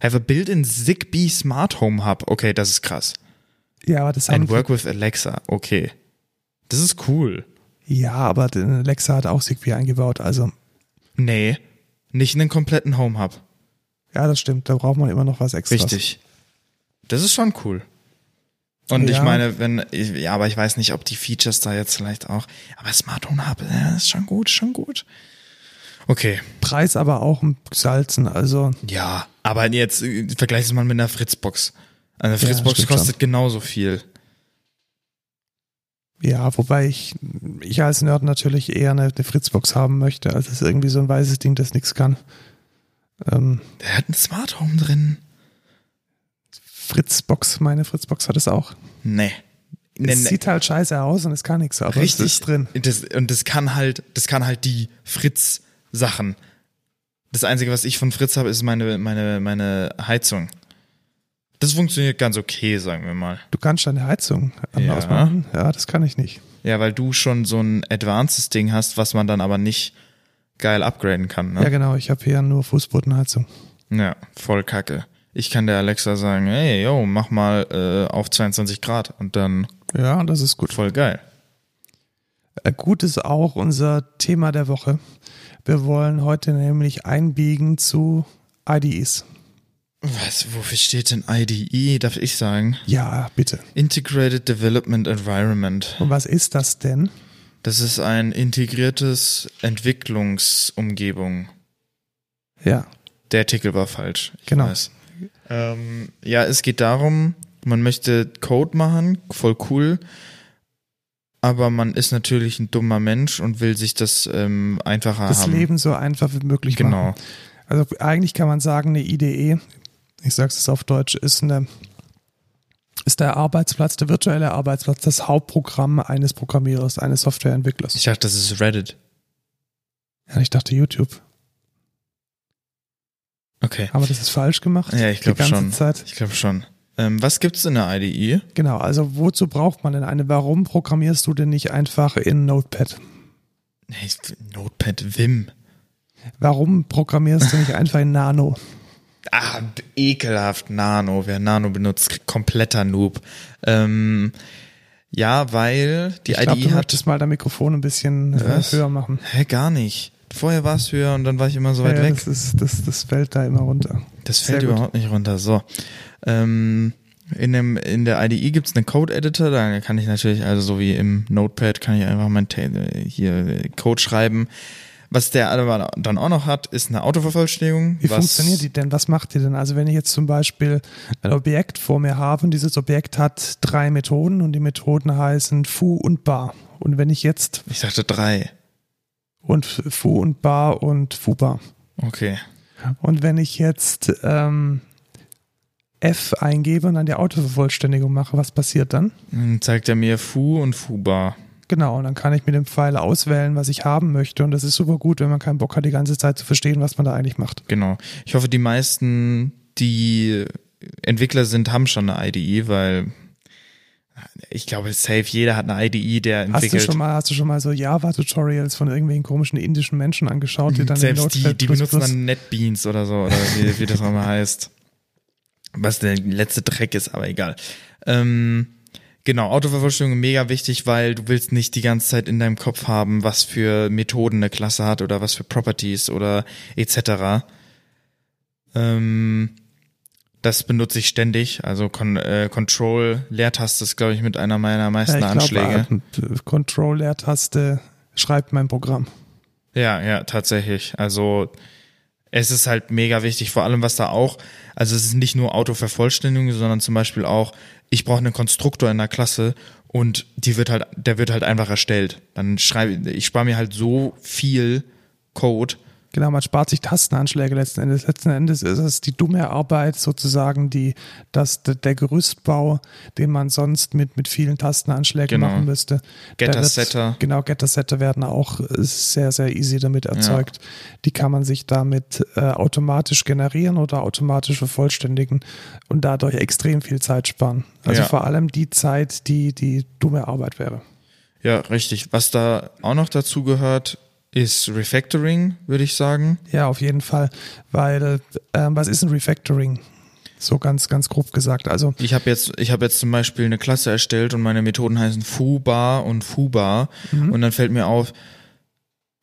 A: Have a built-in Zigbee Smart Home Hub. Okay, das ist krass.
B: Ja, aber das haben
A: And work with Alexa. Okay. Das ist cool.
B: Ja, aber Alexa hat auch Zigbee eingebaut, also.
A: Nee, nicht einen kompletten Home Hub.
B: Ja, das stimmt. Da braucht man immer noch was extra.
A: Richtig. Das ist schon cool. Und ich
B: Ja.
A: meine, wenn, ich- ja, aber ich weiß nicht, ob die Features da jetzt vielleicht auch, aber Smart Home Hub, ja, ist schon gut, schon gut. Okay,
B: Preis aber auch ein Salzen. Also,
A: ja, aber jetzt äh, vergleich es mal mit einer Fritzbox. Eine Fritzbox
B: stimmt
A: kostet genauso viel.
B: ja, wobei ich, ich als Nerd natürlich eher eine, eine Fritzbox haben möchte. Also, es ist irgendwie so ein weißes Ding, das nichts kann. Ähm,
A: Der hat ein Smart Home drin.
B: Fritzbox, meine Fritzbox hat es auch.
A: Nee. Nee,
B: es
A: nee.
B: sieht halt scheiße aus und es kann nichts, aber es ist drin.
A: Das, und das kann halt, das kann halt die Fritz-Sachen. Das Einzige, was ich von Fritz habe, ist meine, meine, meine Heizung. Das funktioniert ganz okay, sagen wir mal.
B: Du kannst deine Heizung an
A: Ja.
B: ausmachen. Ja, das kann ich nicht.
A: Ja, weil du schon so ein advancedes Ding hast, was man dann aber nicht geil upgraden kann.
B: Ja,
A: Ne?
B: genau. Ich habe hier nur Fußbodenheizung.
A: Ja, voll kacke. Ich kann der Alexa sagen, hey, yo, mach mal äh, auf 22 Grad und dann
B: Ja, das ist gut.
A: voll geil.
B: Äh, Gut ist auch unser Thema der Woche. Wir wollen heute nämlich einbiegen zu IDEs.
A: Was, wofür steht denn IDE, darf ich sagen?
B: Ja, bitte.
A: Integrated Development Environment.
B: Und was ist das denn?
A: Das ist ein integriertes Entwicklungsumgebung.
B: Ja,
A: Der Artikel war falsch. Ich
B: Genau.
A: Weiß. Ähm, ja, es geht darum, man möchte Code machen, voll cool, aber man ist natürlich ein dummer Mensch und will sich das ähm, einfacher
B: das
A: haben.
B: Leben so einfach wie möglich
A: genau.
B: machen. Also eigentlich kann man sagen, eine IDE, ich sage es auf Deutsch, ist eine ist der Arbeitsplatz, der virtuelle Arbeitsplatz, das Hauptprogramm eines Programmierers, eines Softwareentwicklers.
A: Ich dachte, das ist Reddit.
B: Ja, ich dachte YouTube.
A: Okay.
B: Haben wir das jetzt falsch gemacht?
A: Ja, ich
B: Die
A: glaube
B: ganze
A: schon.
B: Zeit.
A: Ich glaube schon. Ähm, was gibt's in der E? IDE?
B: Genau, also wozu braucht man denn eine? Warum programmierst du denn nicht einfach in Notepad?
A: Hey, Notepad Vim.
B: Warum programmierst du nicht einfach in Nano?
A: Ah, ekelhaft, Nano. Wer Nano benutzt, kompletter Noob. Ähm, ja, weil die
B: Ich glaube, du
A: IDE hat.
B: möchtest mal dein Mikrofon ein bisschen äh,
A: Was?
B: höher machen.
A: Hä, gar nicht. Vorher war es höher und dann war ich immer so weit
B: ja,
A: weg.
B: Das, ist, das, das fällt da immer runter.
A: Das
B: Sehr
A: fällt
B: gut.
A: überhaupt nicht runter. So. Ähm, in, dem, in der IDE gibt's einen Code-Editor, da kann ich natürlich, also so wie im Notepad, kann ich einfach mein Ta äh, hier äh, Code schreiben. Was der aber dann auch noch hat, ist eine Autovervollständigung.
B: Wie
A: was-
B: funktioniert die denn? Was macht die denn? Also wenn ich jetzt zum Beispiel ein Objekt vor mir habe und dieses Objekt hat drei Methoden und die Methoden heißen foo und bar. Und wenn ich jetzt
A: Ich dachte drei.
B: und foo und bar und foo bar.
A: Okay.
B: Und wenn ich jetzt ähm, F eingebe und dann die Autovervollständigung mache, was passiert dann?
A: Dann zeigt er mir Fu und Fubar.
B: Genau, und dann kann ich mit dem Pfeil auswählen, was ich haben möchte. Und das ist super gut, wenn man keinen Bock hat, die ganze Zeit zu verstehen, was man da eigentlich macht.
A: Genau. Ich hoffe, die meisten, die Entwickler sind, haben schon eine IDE, weil ich glaube, safe jeder hat eine IDE, der
B: Hast du,
A: entwickelt.
B: schon mal, hast du schon mal so Java-Tutorials von irgendwelchen komischen indischen Menschen angeschaut, die dann in
A: Selbst die,
B: Notepad++
A: die benutzen dann NetBeans oder so, oder wie, wie das auch immer heißt. Was der letzte Dreck ist, aber egal. Ähm, genau, Autovervollständigung mega wichtig, weil du willst nicht die ganze Zeit in deinem Kopf haben, was für Methoden eine Klasse hat oder was für Properties oder etc. Ähm, das benutze ich ständig. Also Con äh, Control Leertaste ist, glaube ich, mit einer meiner meisten
B: Ja, ich
A: Anschläge.
B: glaube, äh, Control-Leertaste schreibt mein Programm.
A: Ja, ja, tatsächlich. Also es ist halt mega wichtig, vor allem was da auch, also es ist nicht nur Autovervollständigung, sondern zum Beispiel auch, ich brauche einen Konstruktor in der Klasse und die wird halt, der wird halt einfach erstellt. Dann schreibe ich spare mir halt so viel Code.
B: Genau, man spart sich Tastenanschläge letzten Endes. Letzten Endes ist es die dumme Arbeit sozusagen, die, dass der, der Gerüstbau, den man sonst mit, mit vielen Tastenanschlägen
A: Genau.
B: machen müsste.
A: Getter,
B: der wird-
A: Setter.
B: Genau, Getter Setter werden auch äh, sehr, sehr easy damit erzeugt. Die kann man sich damit äh, automatisch generieren oder automatisch vervollständigen und dadurch extrem viel Zeit sparen. Also
A: Ja.
B: vor allem die Zeit, die die dumme Arbeit wäre.
A: Ja, richtig. Was da auch noch dazu gehört, ist Refactoring, würde ich sagen.
B: Ja, auf jeden Fall. Weil, ähm, was ist ein Refactoring? So ganz, ganz grob gesagt. Also
A: Ich habe jetzt, ich habe jetzt zum Beispiel eine Klasse erstellt und meine Methoden heißen FUBA und FUBA und dann fällt mir auf,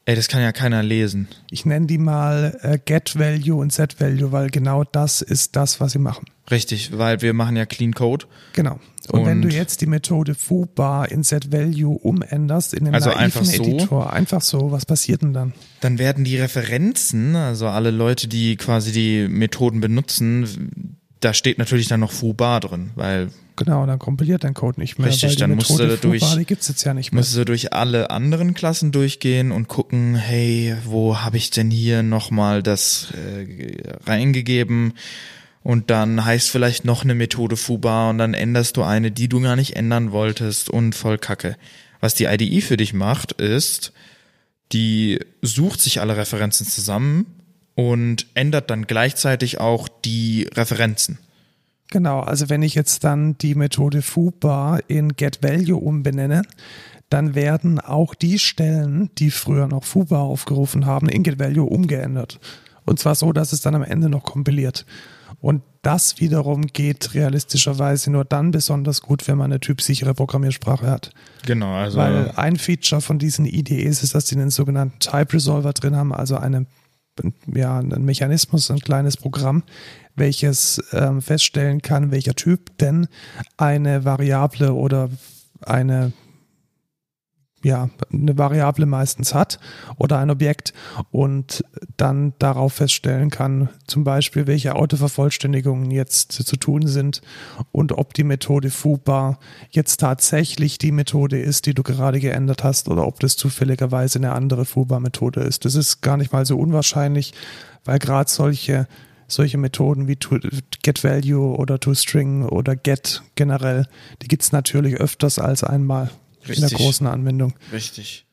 A: ey, das kann ja keiner lesen.
B: ich nenne die mal äh, Get Value und Set Value, weil genau das ist das, was sie machen.
A: Richtig, weil wir machen ja Clean Code.
B: Genau. Und, wenn
A: Und-
B: du jetzt die Methode FUBAR in Set Value umänderst in den
A: Also
B: naiven
A: einfach so?
B: Editor, einfach so, was passiert denn dann?
A: Dann werden die Referenzen, also alle Leute, die quasi die Methoden benutzen, da steht natürlich dann noch FUBA drin, weil
B: Genau, dann kompiliert dein Code nicht mehr.
A: Richtig,
B: weil die
A: dann musst du
B: Methode
A: da durch-
B: FUBAR, die gibt's jetzt ja nicht mehr.
A: musst du durch alle anderen Klassen durchgehen und gucken, hey, wo habe ich denn hier nochmal das äh, reingegeben? Und dann heißt vielleicht noch eine Methode FUBA und dann änderst du eine, die du gar nicht ändern wolltest und voll Kacke. Was die IDE für dich macht, ist, die sucht sich alle Referenzen zusammen und ändert dann gleichzeitig auch die Referenzen.
B: Genau, also wenn ich jetzt dann die Methode FUBAR in GetValue umbenenne, dann werden auch die Stellen, die früher noch FUBAR aufgerufen haben, in GetValue umgeändert. Und zwar so, dass es dann am Ende noch kompiliert. Und das wiederum geht realistischerweise nur dann besonders gut, wenn man eine typsichere Programmiersprache hat.
A: Genau, also
B: Weil ein Feature von diesen IDEs ist, dass die einen sogenannten Type Resolver drin haben, also eine, ja, einen Mechanismus, ein kleines Programm, welches ähm, feststellen kann, welcher Typ denn eine Variable oder eine ja, eine Variable meistens hat oder ein Objekt und dann darauf feststellen kann, zum Beispiel, welche Autovervollständigungen jetzt zu tun sind und ob die Methode FUBAR jetzt tatsächlich die Methode ist, die du gerade geändert hast oder ob das zufälligerweise eine andere FUBAR-Methode ist. Das ist gar nicht mal so unwahrscheinlich, weil gerade solche solche Methoden wie to, Get Value oder ToString oder Get generell, die gibt's natürlich öfters als einmal in der
A: Richtig.
B: großen Anwendung.
A: Richtig.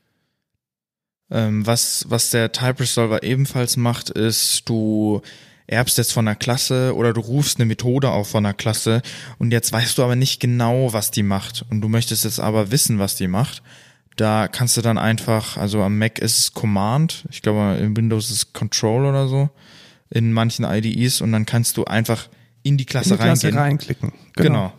A: Ähm, was, was der Type Resolver ebenfalls macht, ist, du erbst jetzt von einer Klasse oder du rufst eine Methode auf von einer Klasse und jetzt weißt du aber nicht genau, was die macht und du möchtest jetzt aber wissen, was die macht. Da kannst du dann einfach, also am Mac ist es Command, ich glaube in Windows ist es Control oder so, in manchen IDEs und dann kannst du einfach in die Klasse
B: in die Klasse
A: reingehen.
B: reinklicken.
A: Genau.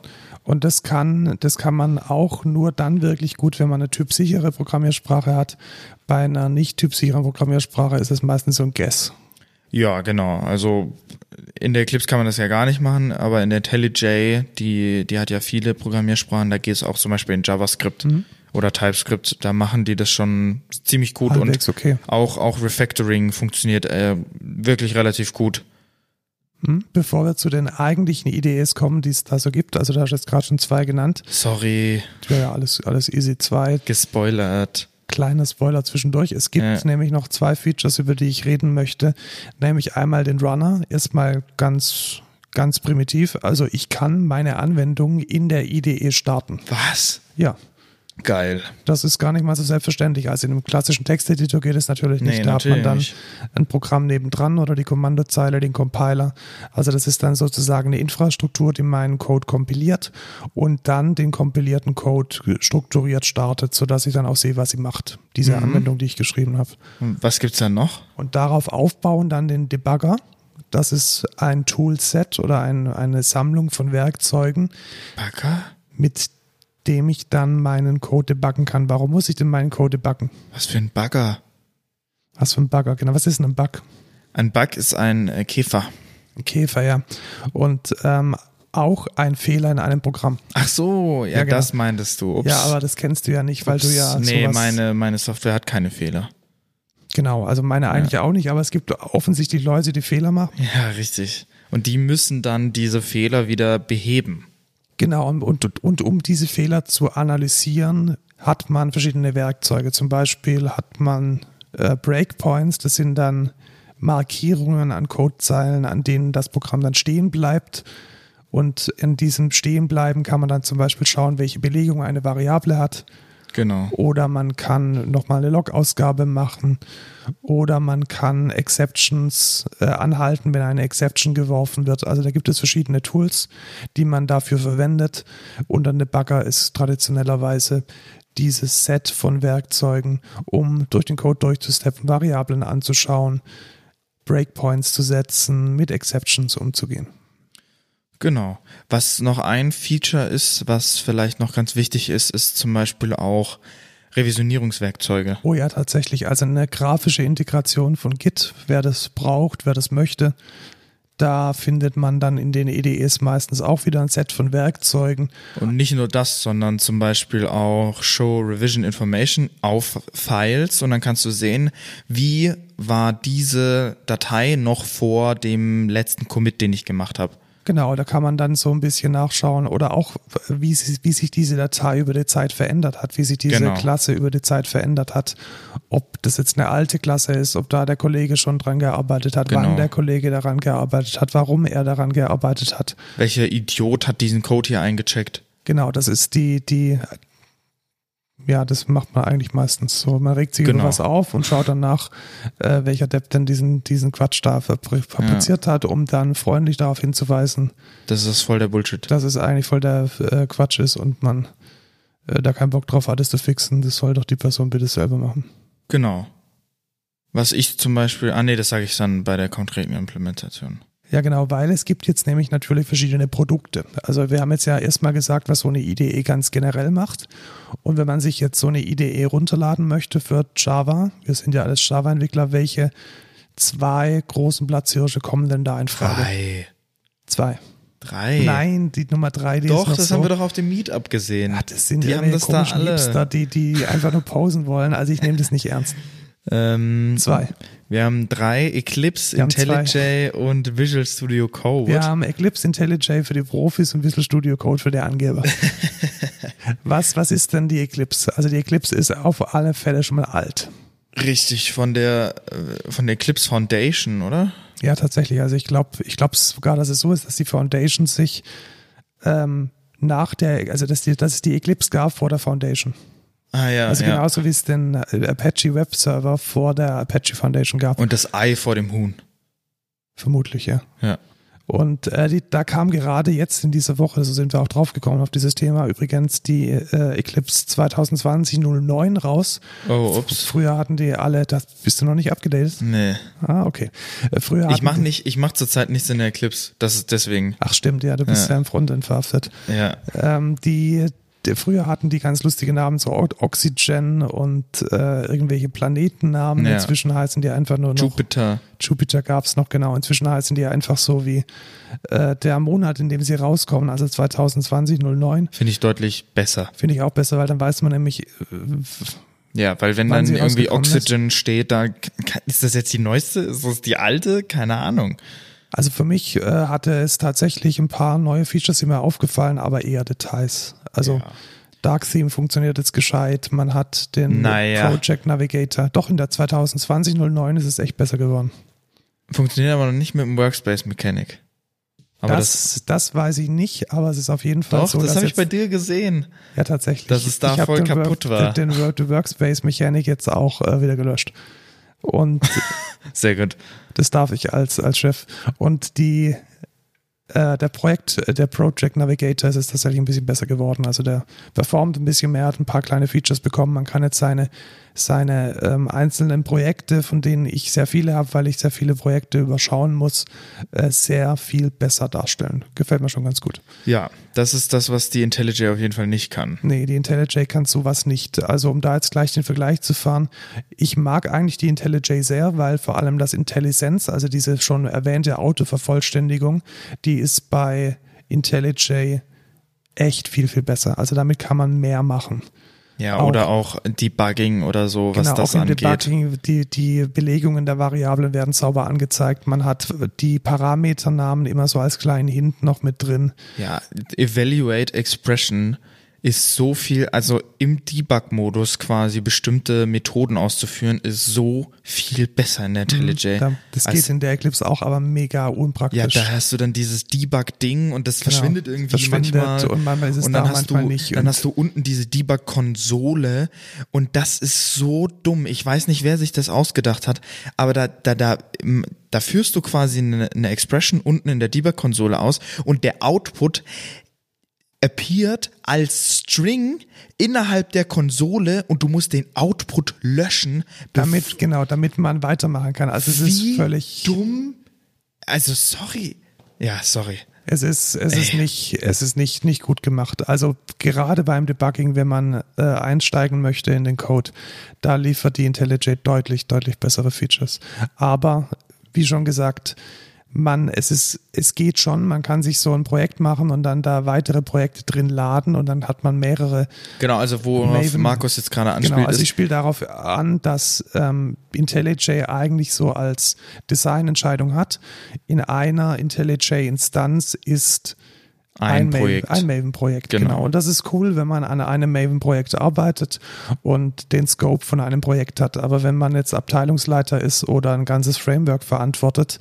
B: Und das kann, das kann man auch nur dann wirklich gut, wenn man eine typsichere Programmiersprache hat. Bei einer nicht typsicheren Programmiersprache ist es meistens so ein Guess.
A: Ja, genau. Also in der Eclipse kann man das ja gar nicht machen, aber in der IntelliJ, die, die hat ja viele Programmiersprachen, da geht es auch zum Beispiel in JavaScript
B: Mhm.
A: oder TypeScript, da machen die das schon ziemlich gut
B: Halbwegs okay.
A: und auch, auch Refactoring funktioniert äh, wirklich relativ gut.
B: Hm? Bevor wir zu den eigentlichen IDEs kommen, die es da so gibt, also da hast du jetzt gerade schon zwei genannt.
A: Sorry,
B: Das wäre ja alles, alles easy. Zwei
A: gespoilert.
B: kleiner Spoiler zwischendurch. Es gibt
A: Ja.
B: nämlich noch zwei Features, über die ich reden möchte. Nämlich einmal den Runner. Erstmal ganz, ganz primitiv. Also ich kann meine Anwendung in der IDE starten.
A: Was?
B: Ja.
A: Geil.
B: Das ist gar nicht mal so selbstverständlich. Also in einem klassischen Texteditor geht es natürlich nicht.
A: Nee,
B: da hat man
A: natürlich
B: dann
A: nicht.
B: ein Programm nebendran oder die Kommandozeile, den Compiler. Also das ist dann sozusagen eine Infrastruktur, die meinen Code kompiliert und dann den kompilierten Code strukturiert startet, sodass ich dann auch sehe, was sie macht, diese
A: Mhm.
B: Anwendung, die ich geschrieben habe.
A: Und was gibt's da noch?
B: Und darauf aufbauen dann den Debugger. Das ist ein Toolset oder ein, eine Sammlung von Werkzeugen,
A: Bagger?
B: mit dem ich dann meinen Code debuggen kann. Warum muss ich denn meinen Code debuggen?
A: Was für ein Bagger?
B: Was für ein Bagger, genau. Was ist denn ein Bug?
A: Ein Bug ist ein äh, Käfer.
B: Ein Käfer, ja. Und ähm, auch ein Fehler in einem Programm.
A: Ach so, ja,
B: Ja, genau.
A: das meintest du. Ups.
B: Ja, aber das kennst du ja nicht, weil du ja.
A: nee,
B: sowas,
A: meine, meine Software hat keine Fehler.
B: Genau, also meine eigentlich auch nicht, aber es gibt offensichtlich Leute, die Fehler machen.
A: Ja, richtig. Und die müssen dann diese Fehler wieder beheben.
B: Genau, und, und, und um diese Fehler zu analysieren, hat man verschiedene Werkzeuge. Zum Beispiel hat man äh, Breakpoints, das sind dann Markierungen an Codezeilen, an denen das Programm dann stehen bleibt. Und in diesem Stehenbleiben kann man dann zum Beispiel schauen, welche Belegung eine Variable hat.
A: Genau.
B: Oder man kann nochmal eine Log-Ausgabe machen. Oder man kann Exceptions äh, anhalten, wenn eine Exception geworfen wird. Also da gibt es verschiedene Tools, die man dafür verwendet. Und ein Debugger ist traditionellerweise dieses Set von Werkzeugen, um durch den Code durchzusteppen, Variablen anzuschauen, Breakpoints zu setzen, mit Exceptions umzugehen.
A: Genau. Was noch ein Feature ist, was vielleicht noch ganz wichtig ist, ist zum Beispiel auch Revisionierungswerkzeuge.
B: Oh ja, tatsächlich. Also eine grafische Integration von Git, wer das braucht, wer das möchte. Da findet man dann in den EDEs meistens auch wieder ein Set von Werkzeugen.
A: Und nicht nur das, sondern zum Beispiel auch Show Revision Information auf Files und dann kannst du sehen, wie war diese Datei noch vor dem letzten Commit, den ich gemacht habe.
B: Genau, da kann man dann so ein bisschen nachschauen oder auch, wie, sie, wie sich diese Datei über die Zeit verändert hat, wie sich diese
A: Genau.
B: Klasse über die Zeit verändert hat. Ob das jetzt eine alte Klasse ist, ob da der Kollege schon dran gearbeitet hat,
A: Genau.
B: wann der Kollege daran gearbeitet hat, warum er daran gearbeitet hat.
A: Welcher Idiot hat diesen Code hier eingecheckt?
B: Genau, das ist die, die, ja, das macht man eigentlich meistens so. Man regt sich
A: Genau.
B: über was auf und schaut danach, äh, welcher Depp denn diesen, diesen Quatsch da fabri- fabriziert hat, um dann freundlich darauf hinzuweisen,
A: Das ist voll der Bullshit.
B: dass es eigentlich voll der äh, Quatsch ist und man äh, da keinen Bock drauf hat, das zu fixen. Das soll doch die Person bitte selber machen.
A: Genau. Was ich zum Beispiel, ah nee, das sage ich dann bei der konkreten Implementation.
B: Ja, genau, weil es gibt jetzt nämlich natürlich verschiedene Produkte. Also wir haben jetzt ja erstmal gesagt, was so eine IDE ganz generell macht. Und wenn man sich jetzt so eine IDE runterladen möchte für Java, wir sind ja alles Java-Entwickler, welche zwei großen Platzhirsche kommen denn da in Frage?
A: Drei.
B: Zwei.
A: Drei.
B: Nein, die Nummer drei, die ist
A: Doch,
B: noch
A: das
B: so.
A: haben wir doch auf dem Meetup gesehen.
B: ja, das sind
A: Die
B: die
A: haben das da
B: komischen
A: alle.
B: Hipster, die, die einfach nur posen wollen. Also ich nehme das nicht ernst.
A: Ähm,
B: Zwei.
A: Wir haben drei Eclipse,
B: Wir haben zwei.
A: IntelliJ und Visual Studio Code.
B: Wir haben Eclipse IntelliJ für die Profis und Visual Studio Code für die Angeber. was, was ist denn die Eclipse? Also die Eclipse ist auf alle Fälle schon mal alt.
A: Richtig, von der äh, von der Eclipse Foundation, oder?
B: Ja, tatsächlich. Also ich glaube ich glaub sogar, dass es so ist, dass die Foundation sich ähm, nach der, also dass, die, dass es die Eclipse gab vor der Foundation.
A: Ah ja,
B: Also
A: ja.
B: genauso wie es den äh, Apache Web Server vor der Apache Foundation gab.
A: Und das Ei vor dem Huhn.
B: Vermutlich, ja.
A: Ja.
B: Und äh, die, da kam gerade jetzt in dieser Woche, so sind wir auch drauf gekommen auf dieses Thema, übrigens die äh, Eclipse 2020 09 raus.
A: Oh, ups.
B: Früher hatten die alle, das bist du noch nicht abgedatet?
A: Nee.
B: Ah, okay. Äh, Früher
A: Ich
B: hatten
A: mach
B: die-
A: nicht, ich mach zurzeit nichts in der Eclipse. Das ist deswegen.
B: Ach stimmt, ja, du bist
A: Ja.
B: ja, im Frontend verhaftet.
A: Ja.
B: Ähm, die, die früher hatten die ganz lustige Namen, so O- Oxygen und äh, irgendwelche Planetennamen.
A: Ja.
B: Inzwischen heißen die einfach nur noch
A: Jupiter.
B: Jupiter gab es noch genau. Inzwischen heißen die ja einfach so wie äh, der Monat, in dem sie rauskommen, also 2020 09.
A: Finde ich deutlich besser.
B: Finde ich auch besser, weil dann weiß man nämlich, äh,
A: Ja, weil wenn
B: Wann
A: dann
B: sie
A: irgendwie
B: rausgekommen ist?
A: Oxygen steht, da kann- ist das jetzt die neueste? Ist das die alte? Keine Ahnung.
B: also für mich äh, hatte es tatsächlich ein paar neue Features, die mir aufgefallen, aber eher Details. Also
A: Ja.
B: Dark Theme funktioniert jetzt gescheit, man hat den
A: Naja.
B: Project Navigator. Doch in der 2020 09 ist es echt besser geworden.
A: Funktioniert aber noch nicht mit dem Workspace Mechanic. Aber das,
B: das, das, weiß ich nicht, aber es ist auf jeden Fall
A: doch,
B: so.
A: das
B: dass
A: habe ich
B: jetzt-
A: bei dir gesehen.
B: Ja, tatsächlich.
A: Dass es da
B: Ich hab
A: voll
B: den
A: kaputt
B: Work,
A: war.
B: Den Work- die Workspace-Mechanik jetzt auch äh, wieder gelöscht. Und
A: Sehr gut.
B: das darf ich als, als Chef. Und die, äh, der Projekt, der Project Navigator es ist tatsächlich ein bisschen besser geworden. Also der performt ein bisschen mehr, hat ein paar kleine Features bekommen. Man kann jetzt seine, seine ähm, einzelnen Projekte, von denen ich sehr viele habe, weil ich sehr viele Projekte überschauen muss, äh, sehr viel besser darstellen. Gefällt mir schon ganz gut.
A: Ja, das ist das, was die IntelliJ auf jeden Fall nicht kann.
B: Nee, die IntelliJ kann sowas nicht. Also um da jetzt gleich den Vergleich zu fahren, ich mag eigentlich die IntelliJ sehr, weil vor allem das IntelliSense, also diese schon erwähnte Autovervollständigung, die ist bei IntelliJ echt viel, viel besser. Also damit kann man mehr machen.
A: Ja,
B: Auch. Genau,
A: oder auch Debugging oder so, was das
B: auch im
A: angeht.
B: Debugging, die, die Belegungen der Variablen werden sauber angezeigt. Man hat die Parameternamen immer so als kleinen Hint noch mit drin.
A: Ja, Evaluate Expression ist so viel, also im Debug-Modus quasi bestimmte Methoden auszuführen, ist so viel besser in der IntelliJ.
B: Mhm, Da, das
A: als
B: geht in der Eclipse auch, aber
A: Ja,
B: mega unpraktisch.
A: da hast du dann dieses Debug-Ding und das verschwindet irgendwie
B: Genau. verschwindet
A: manchmal.
B: und manchmal ist es
A: dann
B: da,
A: hast
B: manchmal
A: du,
B: nicht.
A: Dann
B: Und-
A: hast du unten diese Debug-Konsole und das ist so dumm. Ich weiß nicht, wer sich das ausgedacht hat, aber da, da, da, ähm, da führst du quasi eine, eine Expression unten in der Debug-Konsole aus und der Output appeared als String innerhalb der Konsole und du musst den Output löschen,
B: Damit, genau, damit man weitermachen kann. Also es
A: Wie
B: ist völlig.
A: dumm. Also sorry. Ja, sorry.
B: Es ist, es ist nicht, es ist nicht, nicht gut gemacht. Also gerade beim Debugging, wenn man äh, einsteigen möchte in den Code, da liefert die IntelliJ deutlich, deutlich bessere Features. Aber wie schon gesagt, man, es ist, es geht schon, man kann sich so ein Projekt machen und dann da weitere Projekte drin laden und dann hat man mehrere
A: Genau, also worauf
B: Maven-
A: Markus jetzt gerade anspielt,
B: Genau, also ich
A: ist,
B: spiele darauf an, dass ähm, IntelliJ eigentlich so als Designentscheidung hat. In einer IntelliJ-Instanz ist
A: ein,
B: Maven-
A: Projekt.
B: ein Maven-Projekt,
A: Genau.
B: genau. Und das ist cool, wenn man an einem Maven-Projekt arbeitet und den Scope von einem Projekt hat. Aber wenn man jetzt Abteilungsleiter ist oder ein ganzes Framework verantwortet,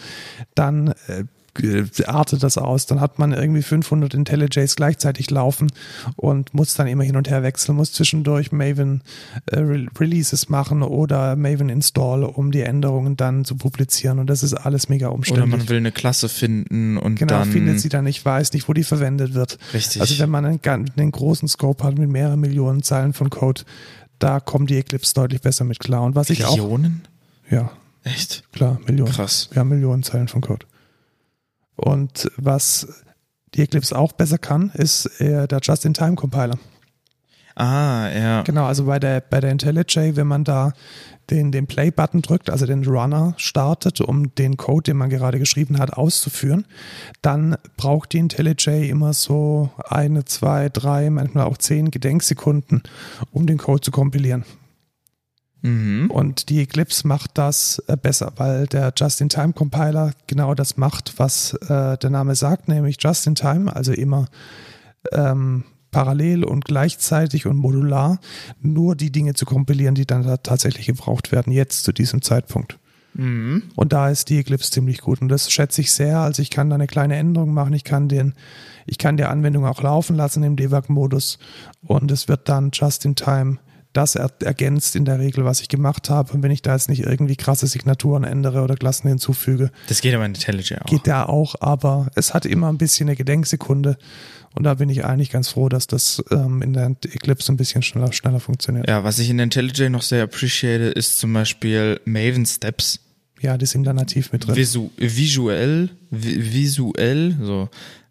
B: dann äh, äh, artet das aus. Dann hat man irgendwie 500 IntelliJs gleichzeitig laufen und muss dann immer hin und her wechseln, muss zwischendurch Maven äh, Re Releases machen oder Maven Install, um die Änderungen dann zu publizieren. Und das ist alles mega
A: Oder
B: umständlich.
A: man will eine Klasse finden und
B: Genau,
A: dann
B: findet sie dann nicht, weiß nicht, wo die verwendet wird.
A: Richtig.
B: Also wenn man einen, gan- einen großen Scope hat mit mehreren Millionen Zeilen von Code, da kommen die Eclipse deutlich besser mit klar. Und was ich auch,
A: Millionen?
B: ja,
A: Echt?
B: klar, Millionen.
A: Krass.
B: Ja, Millionen Zeilen von Code. Und was die Eclipse auch besser kann, ist äh, der Just-in-Time-Compiler.
A: Ah, ja.
B: Genau, also bei der, bei der IntelliJ, wenn man da den, den Play-Button drückt, also den Runner startet, um den Code, den man gerade geschrieben hat, auszuführen, dann braucht die IntelliJ immer so eine, zwei, drei, manchmal auch zehn Gedenksekunden, um den Code zu kompilieren.
A: Mhm.
B: Und die Eclipse macht das äh, besser, weil der Just-in-Time-Compiler genau das macht, was äh, der Name sagt, nämlich Just-in-Time, also immer ähm, parallel und gleichzeitig und modular, nur die Dinge zu kompilieren, die dann da tatsächlich gebraucht werden, jetzt zu diesem Zeitpunkt.
A: Mhm.
B: Und da ist die Eclipse ziemlich gut. Und das schätze ich sehr. Also ich kann da eine kleine Änderung machen. Ich kann den, ich kann die Anwendung auch laufen lassen im Debug-Modus. Und es wird dann just in time das er ergänzt in der Regel, was ich gemacht habe. Und wenn ich da jetzt nicht irgendwie krasse Signaturen ändere oder Klassen hinzufüge,
A: Das geht aber in IntelliJ auch.
B: geht der auch. Aber es hat immer ein bisschen eine Gedenksekunde. Und da bin ich eigentlich ganz froh, dass das ähm, in der Eclipse ein bisschen schneller, schneller funktioniert.
A: Ja, was ich in IntelliJ noch sehr appreciate, ist zum Beispiel Maven Steps.
B: Ja, die sind da nativ mit drin.
A: Visu visuell, vi- visuell, so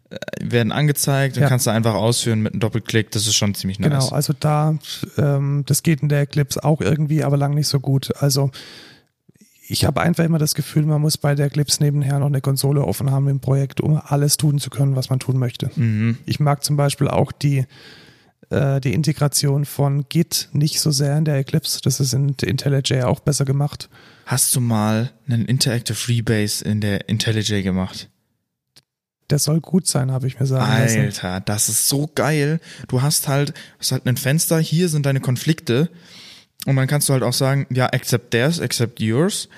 A: äh, werden angezeigt und
B: Ja.
A: kannst du einfach ausführen mit einem Doppelklick. Das ist schon ziemlich nice.
B: Genau, also da, ähm, das geht in der Eclipse auch irgendwie, aber lang nicht so gut. Also ich habe einfach immer das Gefühl, man muss bei der Eclipse nebenher noch eine Konsole offen haben im Projekt, um alles tun zu können, was man tun möchte.
A: Mhm.
B: Ich mag zum Beispiel auch die, äh, die Integration von Git nicht so sehr in der Eclipse. Das ist in IntelliJ auch besser gemacht.
A: Hast du mal einen Interactive Rebase in der IntelliJ gemacht?
B: Der soll gut sein, habe ich mir sagen lassen.
A: Alter, das ist so geil. Du hast halt, hast halt ein Fenster, hier sind deine Konflikte. Und dann kannst du halt auch sagen, ja, accept theirs, accept yours.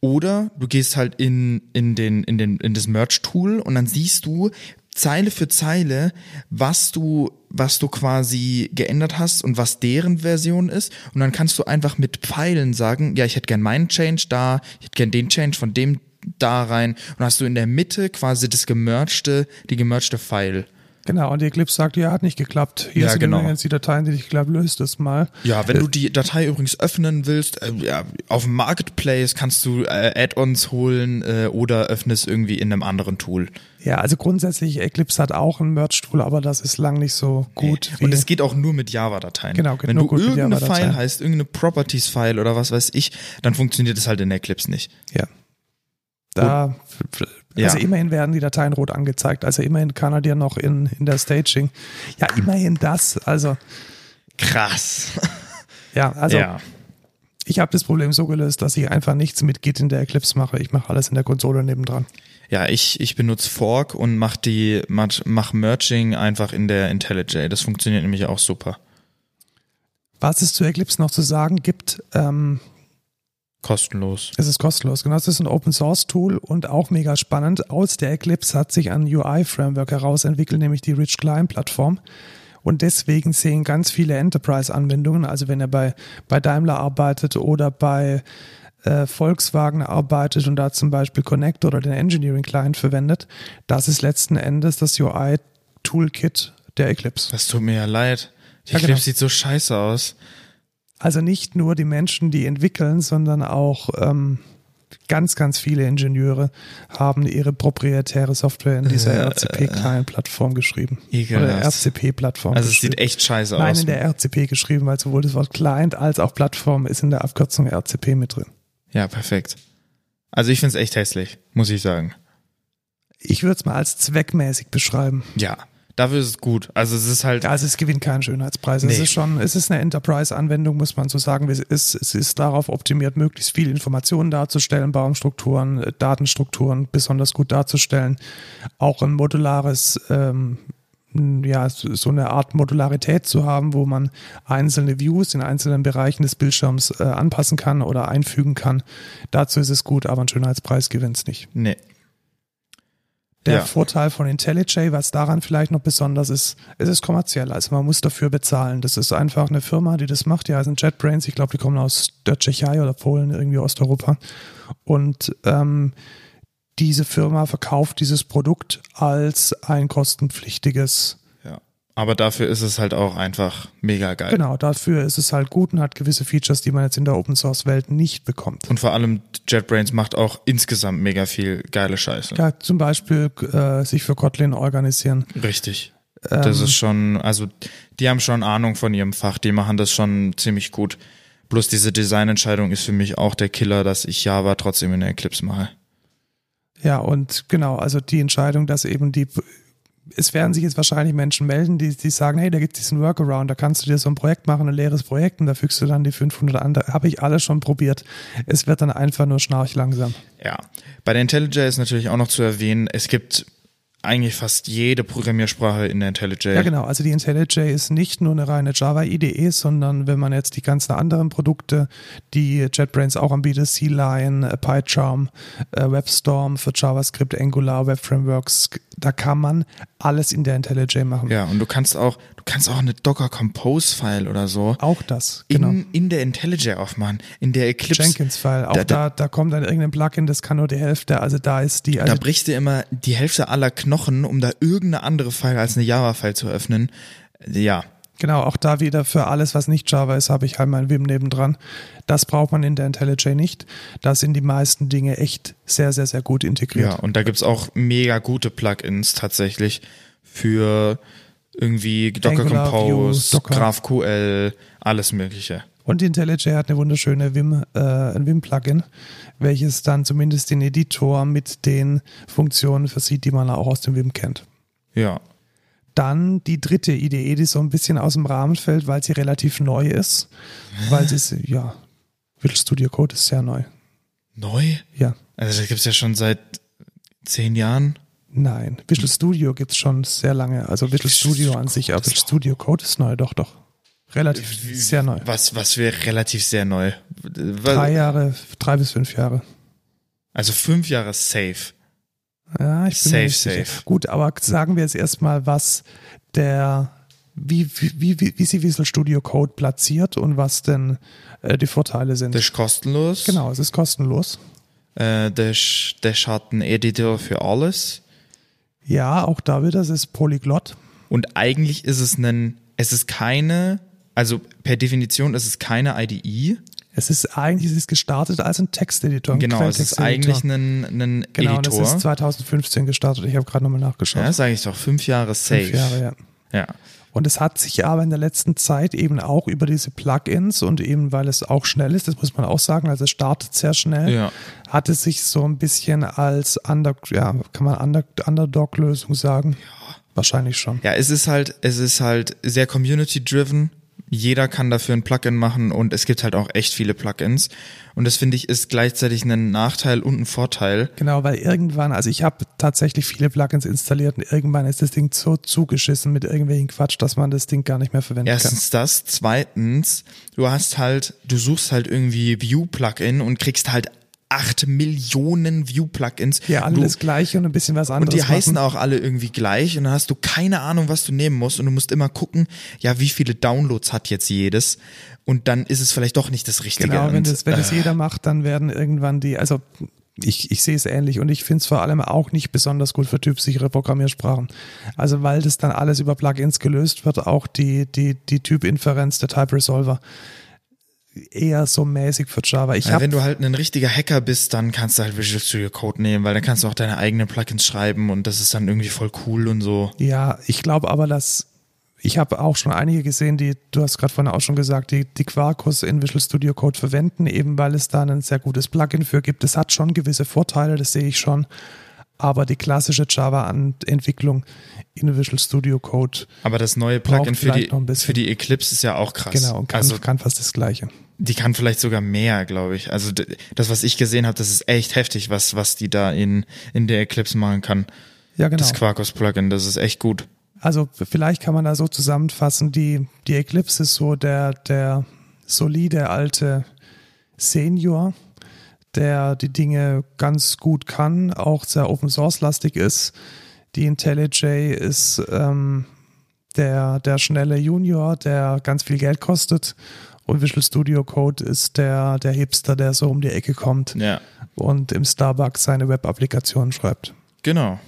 A: Oder du gehst halt in, in den, in den, in das Merge-Tool und dann siehst du Zeile für Zeile, was du, was du quasi geändert hast und was deren Version ist. Und dann kannst du einfach mit Pfeilen sagen, ja, ich hätte gern meinen Change da, ich hätte gern den Change von dem da rein. Und hast du in der Mitte quasi das gemergte, die gemergte Pfeil.
B: Genau, und die Eclipse sagt, ja, hat nicht geklappt. Hier
A: Ja,
B: sind
A: genau.
B: übrigens die Dateien, die ich glaube, löst es mal.
A: Ja,
B: Äh,
A: wenn du die Datei übrigens öffnen willst, äh, ja, auf dem Marketplace kannst du äh, Add-ons holen äh, oder öffnest irgendwie in einem anderen Tool.
B: Ja, also grundsätzlich, Eclipse hat auch einen Merge-Tool, aber das ist lang nicht so gut.
A: Äh, Und es geht auch nur mit Java-Dateien.
B: Genau, geht
A: Wenn
B: nur
A: du
B: gut mit
A: irgendeine
B: Java-Dateien.
A: File heißt, irgendeine Properties-File oder was weiß ich, dann funktioniert es halt in Eclipse nicht.
B: ja. Da, also
A: Ja.
B: immerhin werden die Dateien rot angezeigt. Also immerhin kann er dir noch in, in der Staging. Ja, immerhin das. Also,
A: Krass.
B: ja, also
A: ja.
B: ich habe das Problem so gelöst, dass ich einfach nichts mit Git in der Eclipse mache. Ich mache alles in der Konsole nebendran.
A: Ja, ich, ich benutze Fork und mach die, mach, mach Merging einfach in der IntelliJ. Das funktioniert nämlich auch super.
B: Was es zu Eclipse noch zu sagen gibt, ähm,
A: Kostenlos.
B: Es ist kostenlos, genau. Es ist ein Open Source Tool und auch mega spannend. Aus der Eclipse hat sich ein UI-Framework herausentwickelt, nämlich die Rich Client Plattform. Und deswegen sehen ganz viele Enterprise-Anwendungen, also wenn ihr bei, bei Daimler arbeitet oder bei äh, Volkswagen arbeitet und da zum Beispiel Connect oder den Engineering Client verwendet, das ist letzten Endes das UI-Toolkit der Eclipse.
A: Das tut mir ja leid. Die
B: Ja, genau.
A: Eclipse sieht so scheiße aus.
B: Also nicht nur die Menschen, die entwickeln, sondern auch ähm, ganz, ganz viele Ingenieure haben ihre proprietäre Software in dieser RCP-Client-Plattform geschrieben.
A: Äh, Ekelhaft.
B: Oder RCP-Plattform.
A: Also es
B: geschrieben.
A: sieht echt scheiße
B: Nein,
A: aus.
B: in der RCP geschrieben, weil sowohl das Wort Client als auch Plattform ist in der Abkürzung RCP mit drin.
A: ja, perfekt. Also ich find's echt hässlich, muss ich sagen.
B: Ich würde es mal als zweckmäßig beschreiben.
A: Ja, dafür ist es gut. Also es ist halt,
B: Also es gewinnt keinen Schönheitspreis. Es
A: Nee.
B: ist schon, es ist eine Enterprise-Anwendung, muss man so sagen. Es ist, es ist darauf optimiert, möglichst viel Informationen darzustellen, Baumstrukturen, äh, Datenstrukturen besonders gut darzustellen. Auch ein modulares, ähm, ja, so so eine Art Modularität zu haben, wo man einzelne Views in einzelnen Bereichen des Bildschirms äh, anpassen kann oder einfügen kann. Dazu ist es gut, aber ein Schönheitspreis gewinnt es nicht.
A: nee.
B: Der
A: Ja.
B: Vorteil von IntelliJ, was daran vielleicht noch besonders ist, es ist kommerziell, also man muss dafür bezahlen. Das ist einfach eine Firma, die das macht, die heißen JetBrains, ich glaube, die kommen aus der Tschechei oder Polen, irgendwie Osteuropa. Und ähm, diese Firma verkauft dieses Produkt als ein kostenpflichtiges.
A: Ja. Aber dafür ist es halt auch einfach mega geil.
B: Genau, dafür ist es halt gut und hat gewisse Features, die man jetzt in der Open-Source-Welt nicht bekommt.
A: Und vor allem JetBrains macht auch insgesamt mega viel geile Scheiße.
B: Ja, zum Beispiel äh, sich für Kotlin organisieren.
A: Richtig.
B: Ähm.
A: Das ist schon, also die haben schon Ahnung von ihrem Fach, die machen das schon ziemlich gut. Bloß diese Designentscheidung ist für mich auch der Killer, dass ich Java trotzdem in Eclipse mache.
B: Ja, und genau, also die Entscheidung, dass eben die, es werden sich jetzt wahrscheinlich Menschen melden, die, die sagen, hey, da gibt es diesen Workaround, da kannst du dir so ein Projekt machen, ein leeres Projekt und da fügst du dann die 500 an, da habe ich alles schon probiert. Es wird dann einfach nur schnarchlangsam.
A: Ja. Bei der IntelliJ ist natürlich auch noch zu erwähnen, es gibt eigentlich fast jede Programmiersprache in der IntelliJ.
B: Ja, genau, also die IntelliJ ist nicht nur eine reine Java-IDE, sondern wenn man jetzt die ganzen anderen Produkte, die JetBrains auch anbietet, C-Line, äh, PyCharm, äh, WebStorm für JavaScript, Angular, Web-Frameworks, da kann man alles in der IntelliJ machen.
A: Ja, und du kannst auch, du kannst auch eine Docker Compose File oder so
B: Auch das,
A: in,
B: genau.
A: in der IntelliJ aufmachen, in der Eclipse.
B: Jenkins-File. Auch
A: Da-
B: da,
A: da-
B: da, kommt dann irgendein Plugin, das kann nur die Hälfte. Also da ist die.
A: Da
B: Also,
A: brichst du immer die Hälfte aller Knochen, um da irgendeine andere File als eine Java-File zu öffnen. Ja,
B: genau, auch da wieder für alles, was nicht Java ist, habe ich halt mein Vim nebendran. Das braucht man in der IntelliJ nicht. Da sind die meisten Dinge echt sehr, sehr, sehr gut integriert.
A: ja. Und da gibt's auch mega gute Plugins tatsächlich für irgendwie Docker
B: Angular,
A: Compose,
B: Vue, Docker.
A: GraphQL, alles Mögliche.
B: Und die IntelliJ hat eine wunderschöne Vim, äh, ein Vim-Plugin, welches dann zumindest den Editor mit den Funktionen versieht, die man auch aus dem Vim kennt.
A: Ja.
B: Dann die dritte Idee, die so ein bisschen aus dem Rahmen fällt, weil sie relativ neu ist. Weil sie, ist- ja, Visual Studio Code ist sehr neu.
A: Neu?
B: Ja,
A: Also das gibt's ja schon seit zehn Jahren.
B: nein. Visual Studio gibt es schon sehr lange. Also Visual Studio an sich, aber Visual Studio Code ist neu, doch, doch. Relativ, sehr neu.
A: Was, was wäre relativ sehr neu. Was-
B: Drei Jahre, drei bis fünf Jahre.
A: Also fünf Jahre safe.
B: Ja, ich bin
A: Safe,
B: mir nicht sicher.
A: safe.
B: Gut, aber sagen wir jetzt erstmal, was der, wie, wie, wie, wie, wie sie Visual Studio Code platziert und was denn äh, die Vorteile sind.
A: Das ist kostenlos.
B: Genau, es ist kostenlos.
A: Äh, das, das hat einen Editor für alles.
B: Ja, auch da wieder, es ist Polyglott.
A: Und eigentlich ist es ein, es ist keine, also per Definition ist es keine E. IDE.
B: Es ist eigentlich, es ist gestartet als ein Texteditor. Ein
A: Genau, es ist
B: Quelltexteditor.
A: eigentlich ein, ein
B: Genau, und
A: Editor.
B: es ist 2015 gestartet. Ich habe gerade nochmal nachgeschaut.
A: ja, sage ich doch, fünf Jahre safe.
B: Fünf Jahre, ja.
A: ja.
B: Und es hat sich aber in der letzten Zeit eben auch über diese Plugins und eben weil es auch schnell ist, das muss man auch sagen, also es startet sehr schnell,
A: Ja.
B: hat es sich so ein bisschen als Under, ja, kann man Under, Underdog-Lösung sagen? Wahrscheinlich schon.
A: Ja, es ist halt, es ist halt sehr community-driven. Jeder kann dafür ein Plugin machen und es gibt halt auch echt viele Plugins. Und das finde ich ist gleichzeitig ein Nachteil und ein Vorteil.
B: Genau, weil irgendwann, also ich habe tatsächlich viele Plugins installiert und irgendwann ist das Ding so zugeschissen mit irgendwelchen Quatsch, dass man das Ding gar nicht mehr verwenden kann.
A: Erstens das, zweitens, du hast halt, du suchst halt irgendwie View-Plugin und kriegst halt acht Millionen View-Plugins.
B: Ja, alle
A: Du-
B: das Gleiche und ein bisschen was
A: und
B: anderes.
A: die heißen
B: machen.
A: auch alle irgendwie gleich und dann hast du keine Ahnung, was du nehmen musst und du musst immer gucken, ja, wie viele Downloads hat jetzt jedes und dann ist es vielleicht doch nicht das Richtige.
B: Genau, wenn
A: und, äh,
B: das, wenn das jeder macht, dann werden irgendwann die, also ich, ich sehe es ähnlich und ich finde es vor allem auch nicht besonders gut für typsichere Programmiersprachen. Also weil das dann alles über Plugins gelöst wird, auch die, die, die Typinferenz, der Type Resolver. eher so mäßig für Java. Ich
A: Ja,
B: hab,
A: wenn du halt ein richtiger Hacker bist, dann kannst du halt Visual Studio Code nehmen, weil dann kannst du auch deine eigenen Plugins schreiben und das ist dann irgendwie voll cool und so.
B: ja, ich glaube aber, dass ich habe auch schon einige gesehen, die, du hast gerade vorhin auch schon gesagt, die, die Quarkus in Visual Studio Code verwenden, eben weil es da ein sehr gutes Plugin für gibt. Das hat schon gewisse Vorteile, das sehe ich schon. Aber die klassische Java-Entwicklung in Visual Studio Code,
A: Aber das neue
B: Braucht
A: Plugin für
B: vielleicht
A: die,
B: noch ein bisschen.
A: für die Eclipse ist ja auch krass.
B: genau, kann,
A: also
B: kann fast das Gleiche.
A: die kann vielleicht sogar mehr, glaube ich. Also d- das, was ich gesehen habe, das ist echt heftig, was, was die da in, in der Eclipse machen kann.
B: Ja, genau.
A: Das Quarkus-Plugin, das ist echt gut.
B: Also vielleicht kann man da so zusammenfassen, die, die Eclipse ist so der, der solide alte Senior, der die Dinge ganz gut kann, auch sehr Open-Source-lastig ist. Die IntelliJ ist ähm, der, der schnelle Junior, der ganz viel Geld kostet. Und Visual Studio Code ist der, der Hipster, der so um die Ecke kommt
A: Ja.
B: und im Starbucks seine Web-Applikationen schreibt.
A: Genau.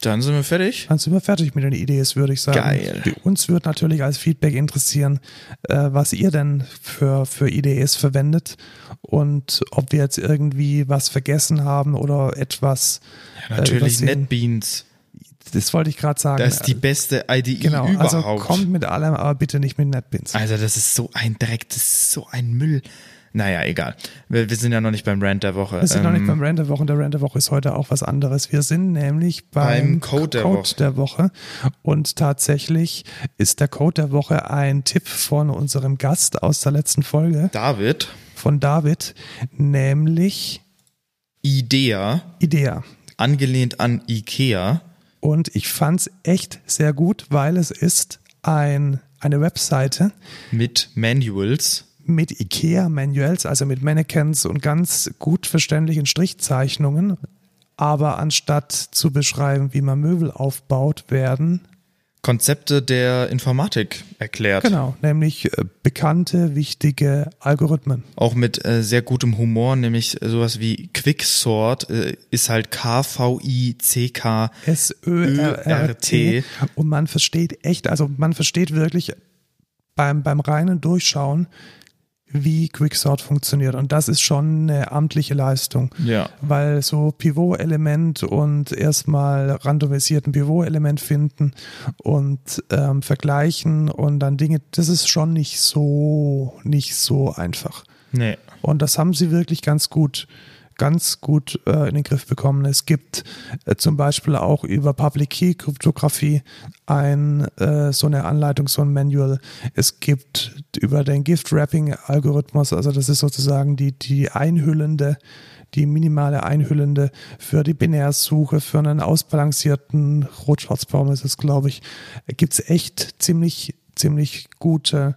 A: Dann sind wir fertig.
B: Dann sind wir fertig mit den Idees, würde ich sagen.
A: Geil.
B: Uns würde natürlich als Feedback interessieren, äh, was ihr denn für, für Idees verwendet und ob wir jetzt irgendwie was vergessen haben oder etwas. Äh,
A: Ja, natürlich
B: übersehen.
A: NetBeans.
B: Das wollte ich gerade sagen.
A: Das ist die beste IDE
B: Äh, genau,
A: überhaupt.
B: also kommt mit allem, aber bitte nicht mit NetBeans.
A: Also das ist so ein Dreck, das ist so ein Müll. Naja, egal. Wir, wir sind ja noch nicht beim Rant der Woche.
B: Wir sind noch
A: Ähm,
B: nicht beim Rand der Woche und der Rand der Woche ist heute auch was anderes. Wir sind nämlich
A: Beim
B: beim,
A: Code der Woche.
B: der Woche und tatsächlich ist der Code der Woche ein Tipp von unserem Gast aus der letzten Folge.
A: David,
B: von David, nämlich
A: Idea,
B: Idea.
A: angelehnt an Ikea.
B: Und ich fand es echt sehr gut, weil es ist ein, eine Webseite
A: mit Manuals.
B: mit IKEA-Manuals, also mit Mannequins und ganz gut verständlichen Strichzeichnungen. Aber anstatt zu beschreiben, wie man Möbel aufbaut, werden
A: Konzepte der Informatik erklärt.
B: genau, nämlich äh, bekannte, wichtige Algorithmen.
A: Auch mit äh, sehr gutem Humor, nämlich sowas wie Quicksort äh, ist halt K-V-I-C-K.
B: S-Ö-R-R-T. Und man versteht echt, also man versteht wirklich beim, beim reinen Durchschauen, wie Quicksort funktioniert. Und das ist schon eine amtliche Leistung.
A: Ja.
B: Weil so Pivot-Element und erstmal randomisierten Pivot-Element finden und ähm, vergleichen und dann Dinge, das ist schon nicht so, nicht so einfach.
A: Nee.
B: Und das haben sie wirklich ganz gut, ganz gut äh, in den Griff bekommen. Es gibt äh, zum Beispiel auch über Public Key Kryptographie ein, äh, so eine Anleitung, so ein Manual. Es gibt über den Gift Wrapping Algorithmus, also das ist sozusagen die, die einhüllende die minimale Einhüllende für die Binärsuche, für einen ausbalancierten Rot-Schwarz-Baum ist es, glaube ich, gibt es echt ziemlich, ziemlich gute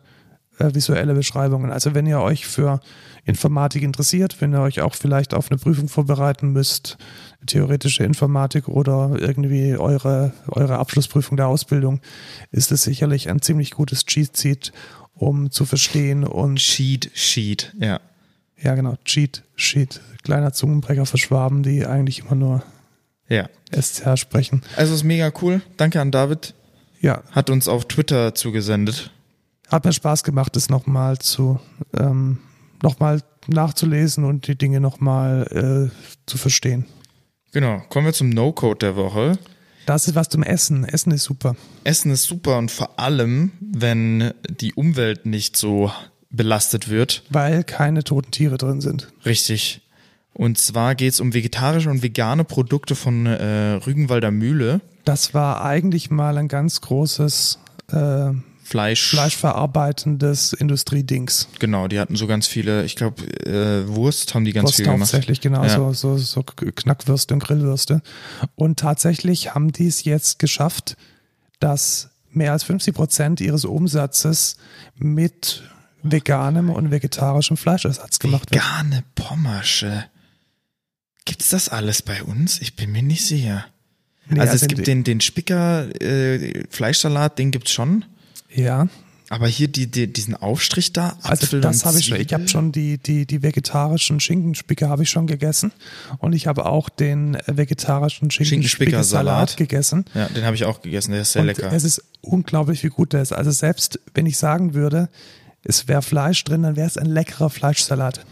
B: äh, visuelle Beschreibungen. Also wenn ihr euch für Informatik interessiert, wenn ihr euch auch vielleicht auf eine Prüfung vorbereiten müsst, theoretische Informatik oder irgendwie eure, eure Abschlussprüfung der Ausbildung, ist es sicherlich ein ziemlich gutes Cheat-Sheet, um zu verstehen und
A: Cheat Sheet, ja.
B: ja, genau. Cheat, Sheet. Kleiner Zungenbrecher für Schwaben, die eigentlich immer nur
A: Ja.
B: SCH sprechen.
A: Also ist mega cool. Danke an David.
B: Ja,
A: Hat uns auf Twitter zugesendet.
B: hat mir Spaß gemacht, das nochmal zu, ähm, nochmal nachzulesen und die Dinge nochmal äh, zu verstehen.
A: Genau. Kommen wir zum No-Code der Woche.
B: Das ist was zum Essen. Essen ist super.
A: Essen ist super und vor allem, wenn die Umwelt nicht so belastet wird,
B: Weil keine toten Tiere drin sind.
A: Richtig. Und zwar geht's um vegetarische und vegane Produkte von äh, Rügenwalder Mühle.
B: Das war eigentlich mal ein ganz großes äh,
A: Fleisch.
B: fleischverarbeitendes Industriedings.
A: Genau, die hatten so ganz viele, ich glaube, äh, Wurst haben die ganz
B: Wurst
A: viel gemacht.
B: hauptsächlich, genau,
A: Ja.
B: so, so, so Knackwürste und Grillwürste. Und tatsächlich haben die es jetzt geschafft, dass mehr als 50 Prozent ihres Umsatzes mit veganem und vegetarischem Fleischersatz gemacht wird.
A: Vegane Pommersche. Gibt's das alles bei uns? Ich bin mir nicht sicher.
B: Nee,
A: also, es
B: also
A: gibt
B: die-
A: den, den Spicker äh, Fleischsalat, den gibt's schon.
B: Ja,
A: Aber hier die, die, diesen Aufstrich da,
B: also
A: Apfel
B: das
A: und
B: habe ich schon. Ich habe
A: Zwiebel.
B: schon die, die, die vegetarischen Schinkenspicke habe ich schon gegessen und ich habe auch den äh, vegetarischen
A: Schinkenspickersalat.
B: Schinkenspickersalat gegessen.
A: Ja, den habe ich auch gegessen, der ist sehr
B: und
A: lecker.
B: Es ist unglaublich, wie gut der ist. Also selbst wenn ich sagen würde, es wäre Fleisch drin, dann wäre es ein leckerer Fleischsalat.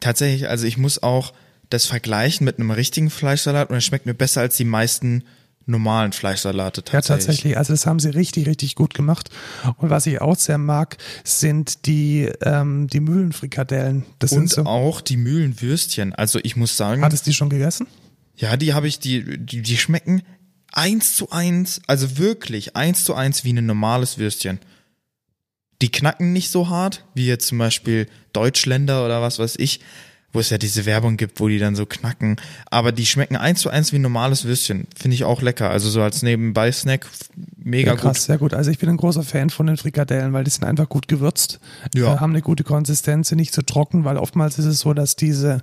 A: Tatsächlich, also ich muss auch das vergleichen mit einem richtigen Fleischsalat und es schmeckt mir besser als die meisten normalen Fleischsalate
B: Ja,
A: tatsächlich.
B: tatsächlich. Also das haben sie richtig, richtig gut gemacht. Und was ich auch sehr mag, sind die, ähm, die Mühlenfrikadellen. Das
A: Und
B: sind so.
A: auch die Mühlenwürstchen. Also ich muss sagen,
B: Hattest du die schon gegessen?
A: ja, die habe ich, die, die, die schmecken eins zu eins, also wirklich eins zu eins wie ein normales Würstchen. Die knacken nicht so hart, wie jetzt zum Beispiel Deutschländer oder was weiß ich, wo es ja diese Werbung gibt, wo die dann so knacken. Aber die schmecken eins zu eins wie ein normales Würstchen. Finde ich auch lecker. Also so als Nebenbei-Snack, f- mega
B: Ja, krass,
A: gut.
B: sehr gut. Also ich bin ein großer Fan von den Frikadellen, weil die sind einfach gut gewürzt,
A: Ja.
B: äh, haben eine gute Konsistenz, sind nicht zu trocken, weil oftmals ist es so, dass diese,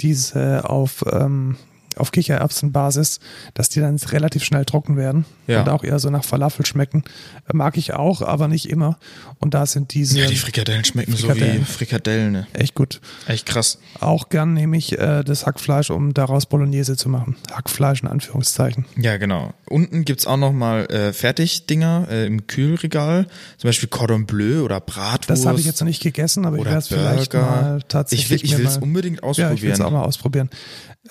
B: diese auf, ähm, auf Kichererbsenbasis, dass die dann relativ schnell trocken werden
A: Ja.
B: und auch eher so nach Falafel schmecken. Äh, Mag ich auch, aber nicht immer. Und da sind diese
A: Ja, die Frikadellen schmecken so
B: Frikadellen.
A: wie Frikadellen. ne?
B: echt gut.
A: Echt krass.
B: Auch gern nehme ich äh, das Hackfleisch, um daraus Bolognese zu machen. Hackfleisch in Anführungszeichen.
A: Ja, genau. Unten gibt's auch noch mal äh, Fertigdinger äh, im Kühlregal, zum Beispiel Cordon Bleu oder Bratwurst.
B: Das habe ich jetzt noch nicht gegessen, aber ich
A: oder
B: werde es vielleicht
A: Burger.
B: mal tatsächlich
A: Ich will, ich
B: mir
A: will es
B: mal-
A: unbedingt
B: Ja, ich will
A: ausprobieren.
B: es auch mal ausprobieren.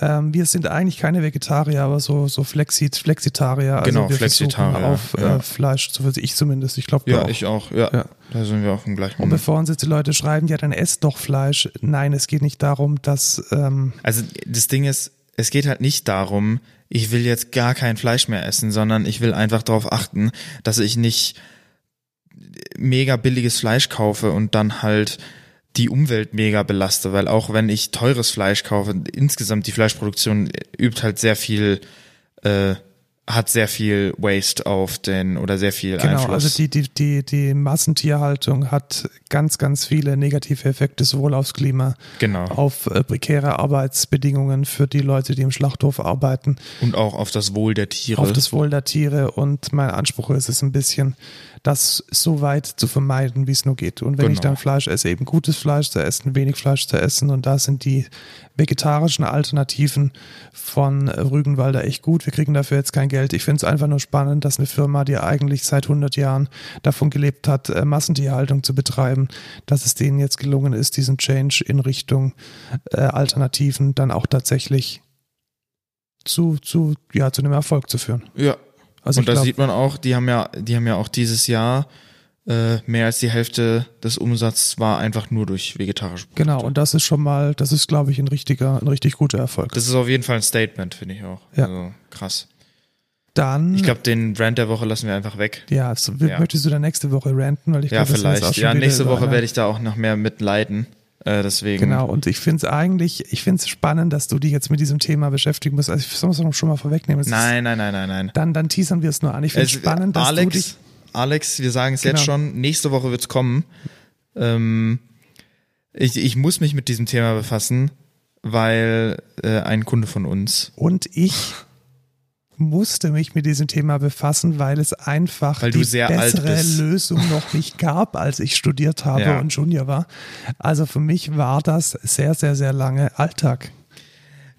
B: Ähm, wir sind eigentlich keine Vegetarier, aber so, so Flexi Flexitarier. Also
A: Genau,
B: wir versuchen
A: Flexitarier,
B: Auf
A: ja.
B: äh, Fleisch zu verzichten. Ich zumindest. Ich glaube,
A: ja,
B: auch.
A: ich auch. Ja,
B: Ja.
A: da sind wir auch im gleichen
B: Und
A: Moment.
B: bevor uns jetzt die Leute schreiben, ja, dann esst doch Fleisch. Nein, es geht nicht darum, dass. Ähm,
A: Also das Ding ist, es geht halt nicht darum, ich will jetzt gar kein Fleisch mehr essen, sondern ich will einfach darauf achten, dass ich nicht mega billiges Fleisch kaufe und dann halt die Umwelt mega belaste, weil auch wenn ich teures Fleisch kaufe, insgesamt die Fleischproduktion übt halt sehr viel, äh, hat sehr viel Waste auf den oder sehr viel
B: genau,
A: Einfluss.
B: also die, die, die, die Massentierhaltung hat ganz, ganz viele negative Effekte, sowohl aufs Klima,
A: genau.
B: auf äh, prekäre Arbeitsbedingungen für die Leute, die im Schlachthof arbeiten,
A: Und auch auf das Wohl der Tiere.
B: auf das Wohl der Tiere und mein Anspruch ist es ein bisschen, das so weit zu vermeiden, wie es nur geht. Und wenn ich
A: Genau.
B: dann Fleisch esse, eben gutes Fleisch zu essen, wenig Fleisch zu essen und da sind die vegetarischen Alternativen von Rügenwalder echt gut. Wir kriegen dafür jetzt kein Geld. Ich finde es einfach nur spannend, dass eine Firma, die eigentlich seit 100 Jahren davon gelebt hat, äh, Massentierhaltung zu betreiben, dass es denen jetzt gelungen ist, diesen Change in Richtung äh, Alternativen dann auch tatsächlich zu, zu, ja, zu einem Erfolg zu führen.
A: ja,
B: Also
A: und
B: ich
A: da
B: glaub,
A: sieht man auch, die haben ja, die haben ja auch dieses Jahr äh, mehr als die Hälfte des Umsatzes war einfach nur durch vegetarische.
B: genau, und das ist schon mal, das ist, glaube ich, ein richtiger, ein richtig guter Erfolg.
A: Das ist auf jeden Fall ein Statement, finde ich auch.
B: Ja.
A: Also krass.
B: Dann,
A: Ich glaube, den Rand der Woche lassen wir einfach weg.
B: ja, also, wir-
A: Ja.
B: möchtest du dann nächste Woche ranten, weil ich
A: Ja,
B: glaub, das
A: vielleicht. Ja, nächste Woche
B: werde ich
A: werde ich da auch noch mehr mitleiden. Äh, deswegen.
B: Genau, und ich finde es eigentlich, ich finde es spannend, dass du dich jetzt mit diesem Thema beschäftigen musst. Also ich soll es schon mal vorwegnehmen. Es Ist,
A: Nein, nein, nein, nein, nein.
B: dann, dann teasern wir es nur an. Ich finde es
A: Es- äh,
B: spannend, dass
A: Alex,
B: du dich.
A: Alex, wir sagen es jetzt
B: Genau.
A: schon, nächste Woche wird's kommen. Ähm, ich, ich muss mich mit diesem Thema befassen, weil äh, ein Kunde von uns
B: Und ich musste mich mit diesem Thema befassen, weil es einfach
A: Weil du
B: die
A: sehr alt
B: bessere
A: bist.
B: Lösung noch nicht gab, als ich studiert habe
A: Ja.
B: und Junior war. Also für mich war das sehr, sehr, sehr lange Alltag.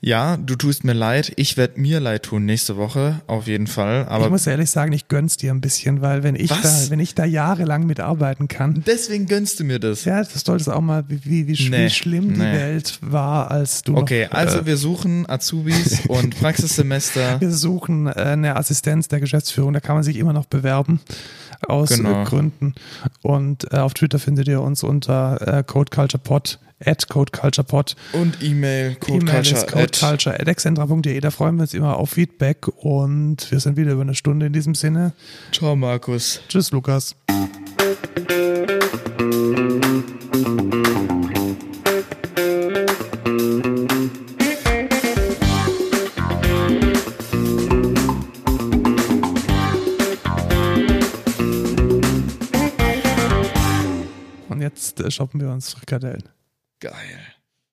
A: Ja, du tust mir leid. Ich werd mir leid tun nächste Woche, auf jeden Fall.
B: ich
A: Aber
B: muss ehrlich sagen, ich gönn's dir ein bisschen, weil wenn ich,
A: Was?
B: da, wenn ich da jahrelang mitarbeiten kann,
A: deswegen gönnst du mir das.
B: Ja, das solltest auch mal, wie, wie, wie, sch-
A: Nee,
B: wie schlimm die
A: nee.
B: Welt war, als du.
A: Okay,
B: noch,
A: also
B: äh,
A: wir suchen Azubis und Praxissemester.
B: wir suchen äh, eine Assistenz der Geschäftsführung, da kann man sich immer noch bewerben aus
A: Genau.
B: äh, Gründen. Und äh, auf Twitter findet ihr uns unter äh, codeculturepod, at codeculturepod.
A: Und E-Mail,
B: E-Mail ist
A: codeculture.
B: codeculture.excentra.de, da freuen wir uns immer auf Feedback und wir sind wieder über eine Stunde in diesem Sinne.
A: Ciao, Markus.
B: Tschüss, Lukas. Und jetzt äh, shoppen wir uns Frikadellen.
A: Geil.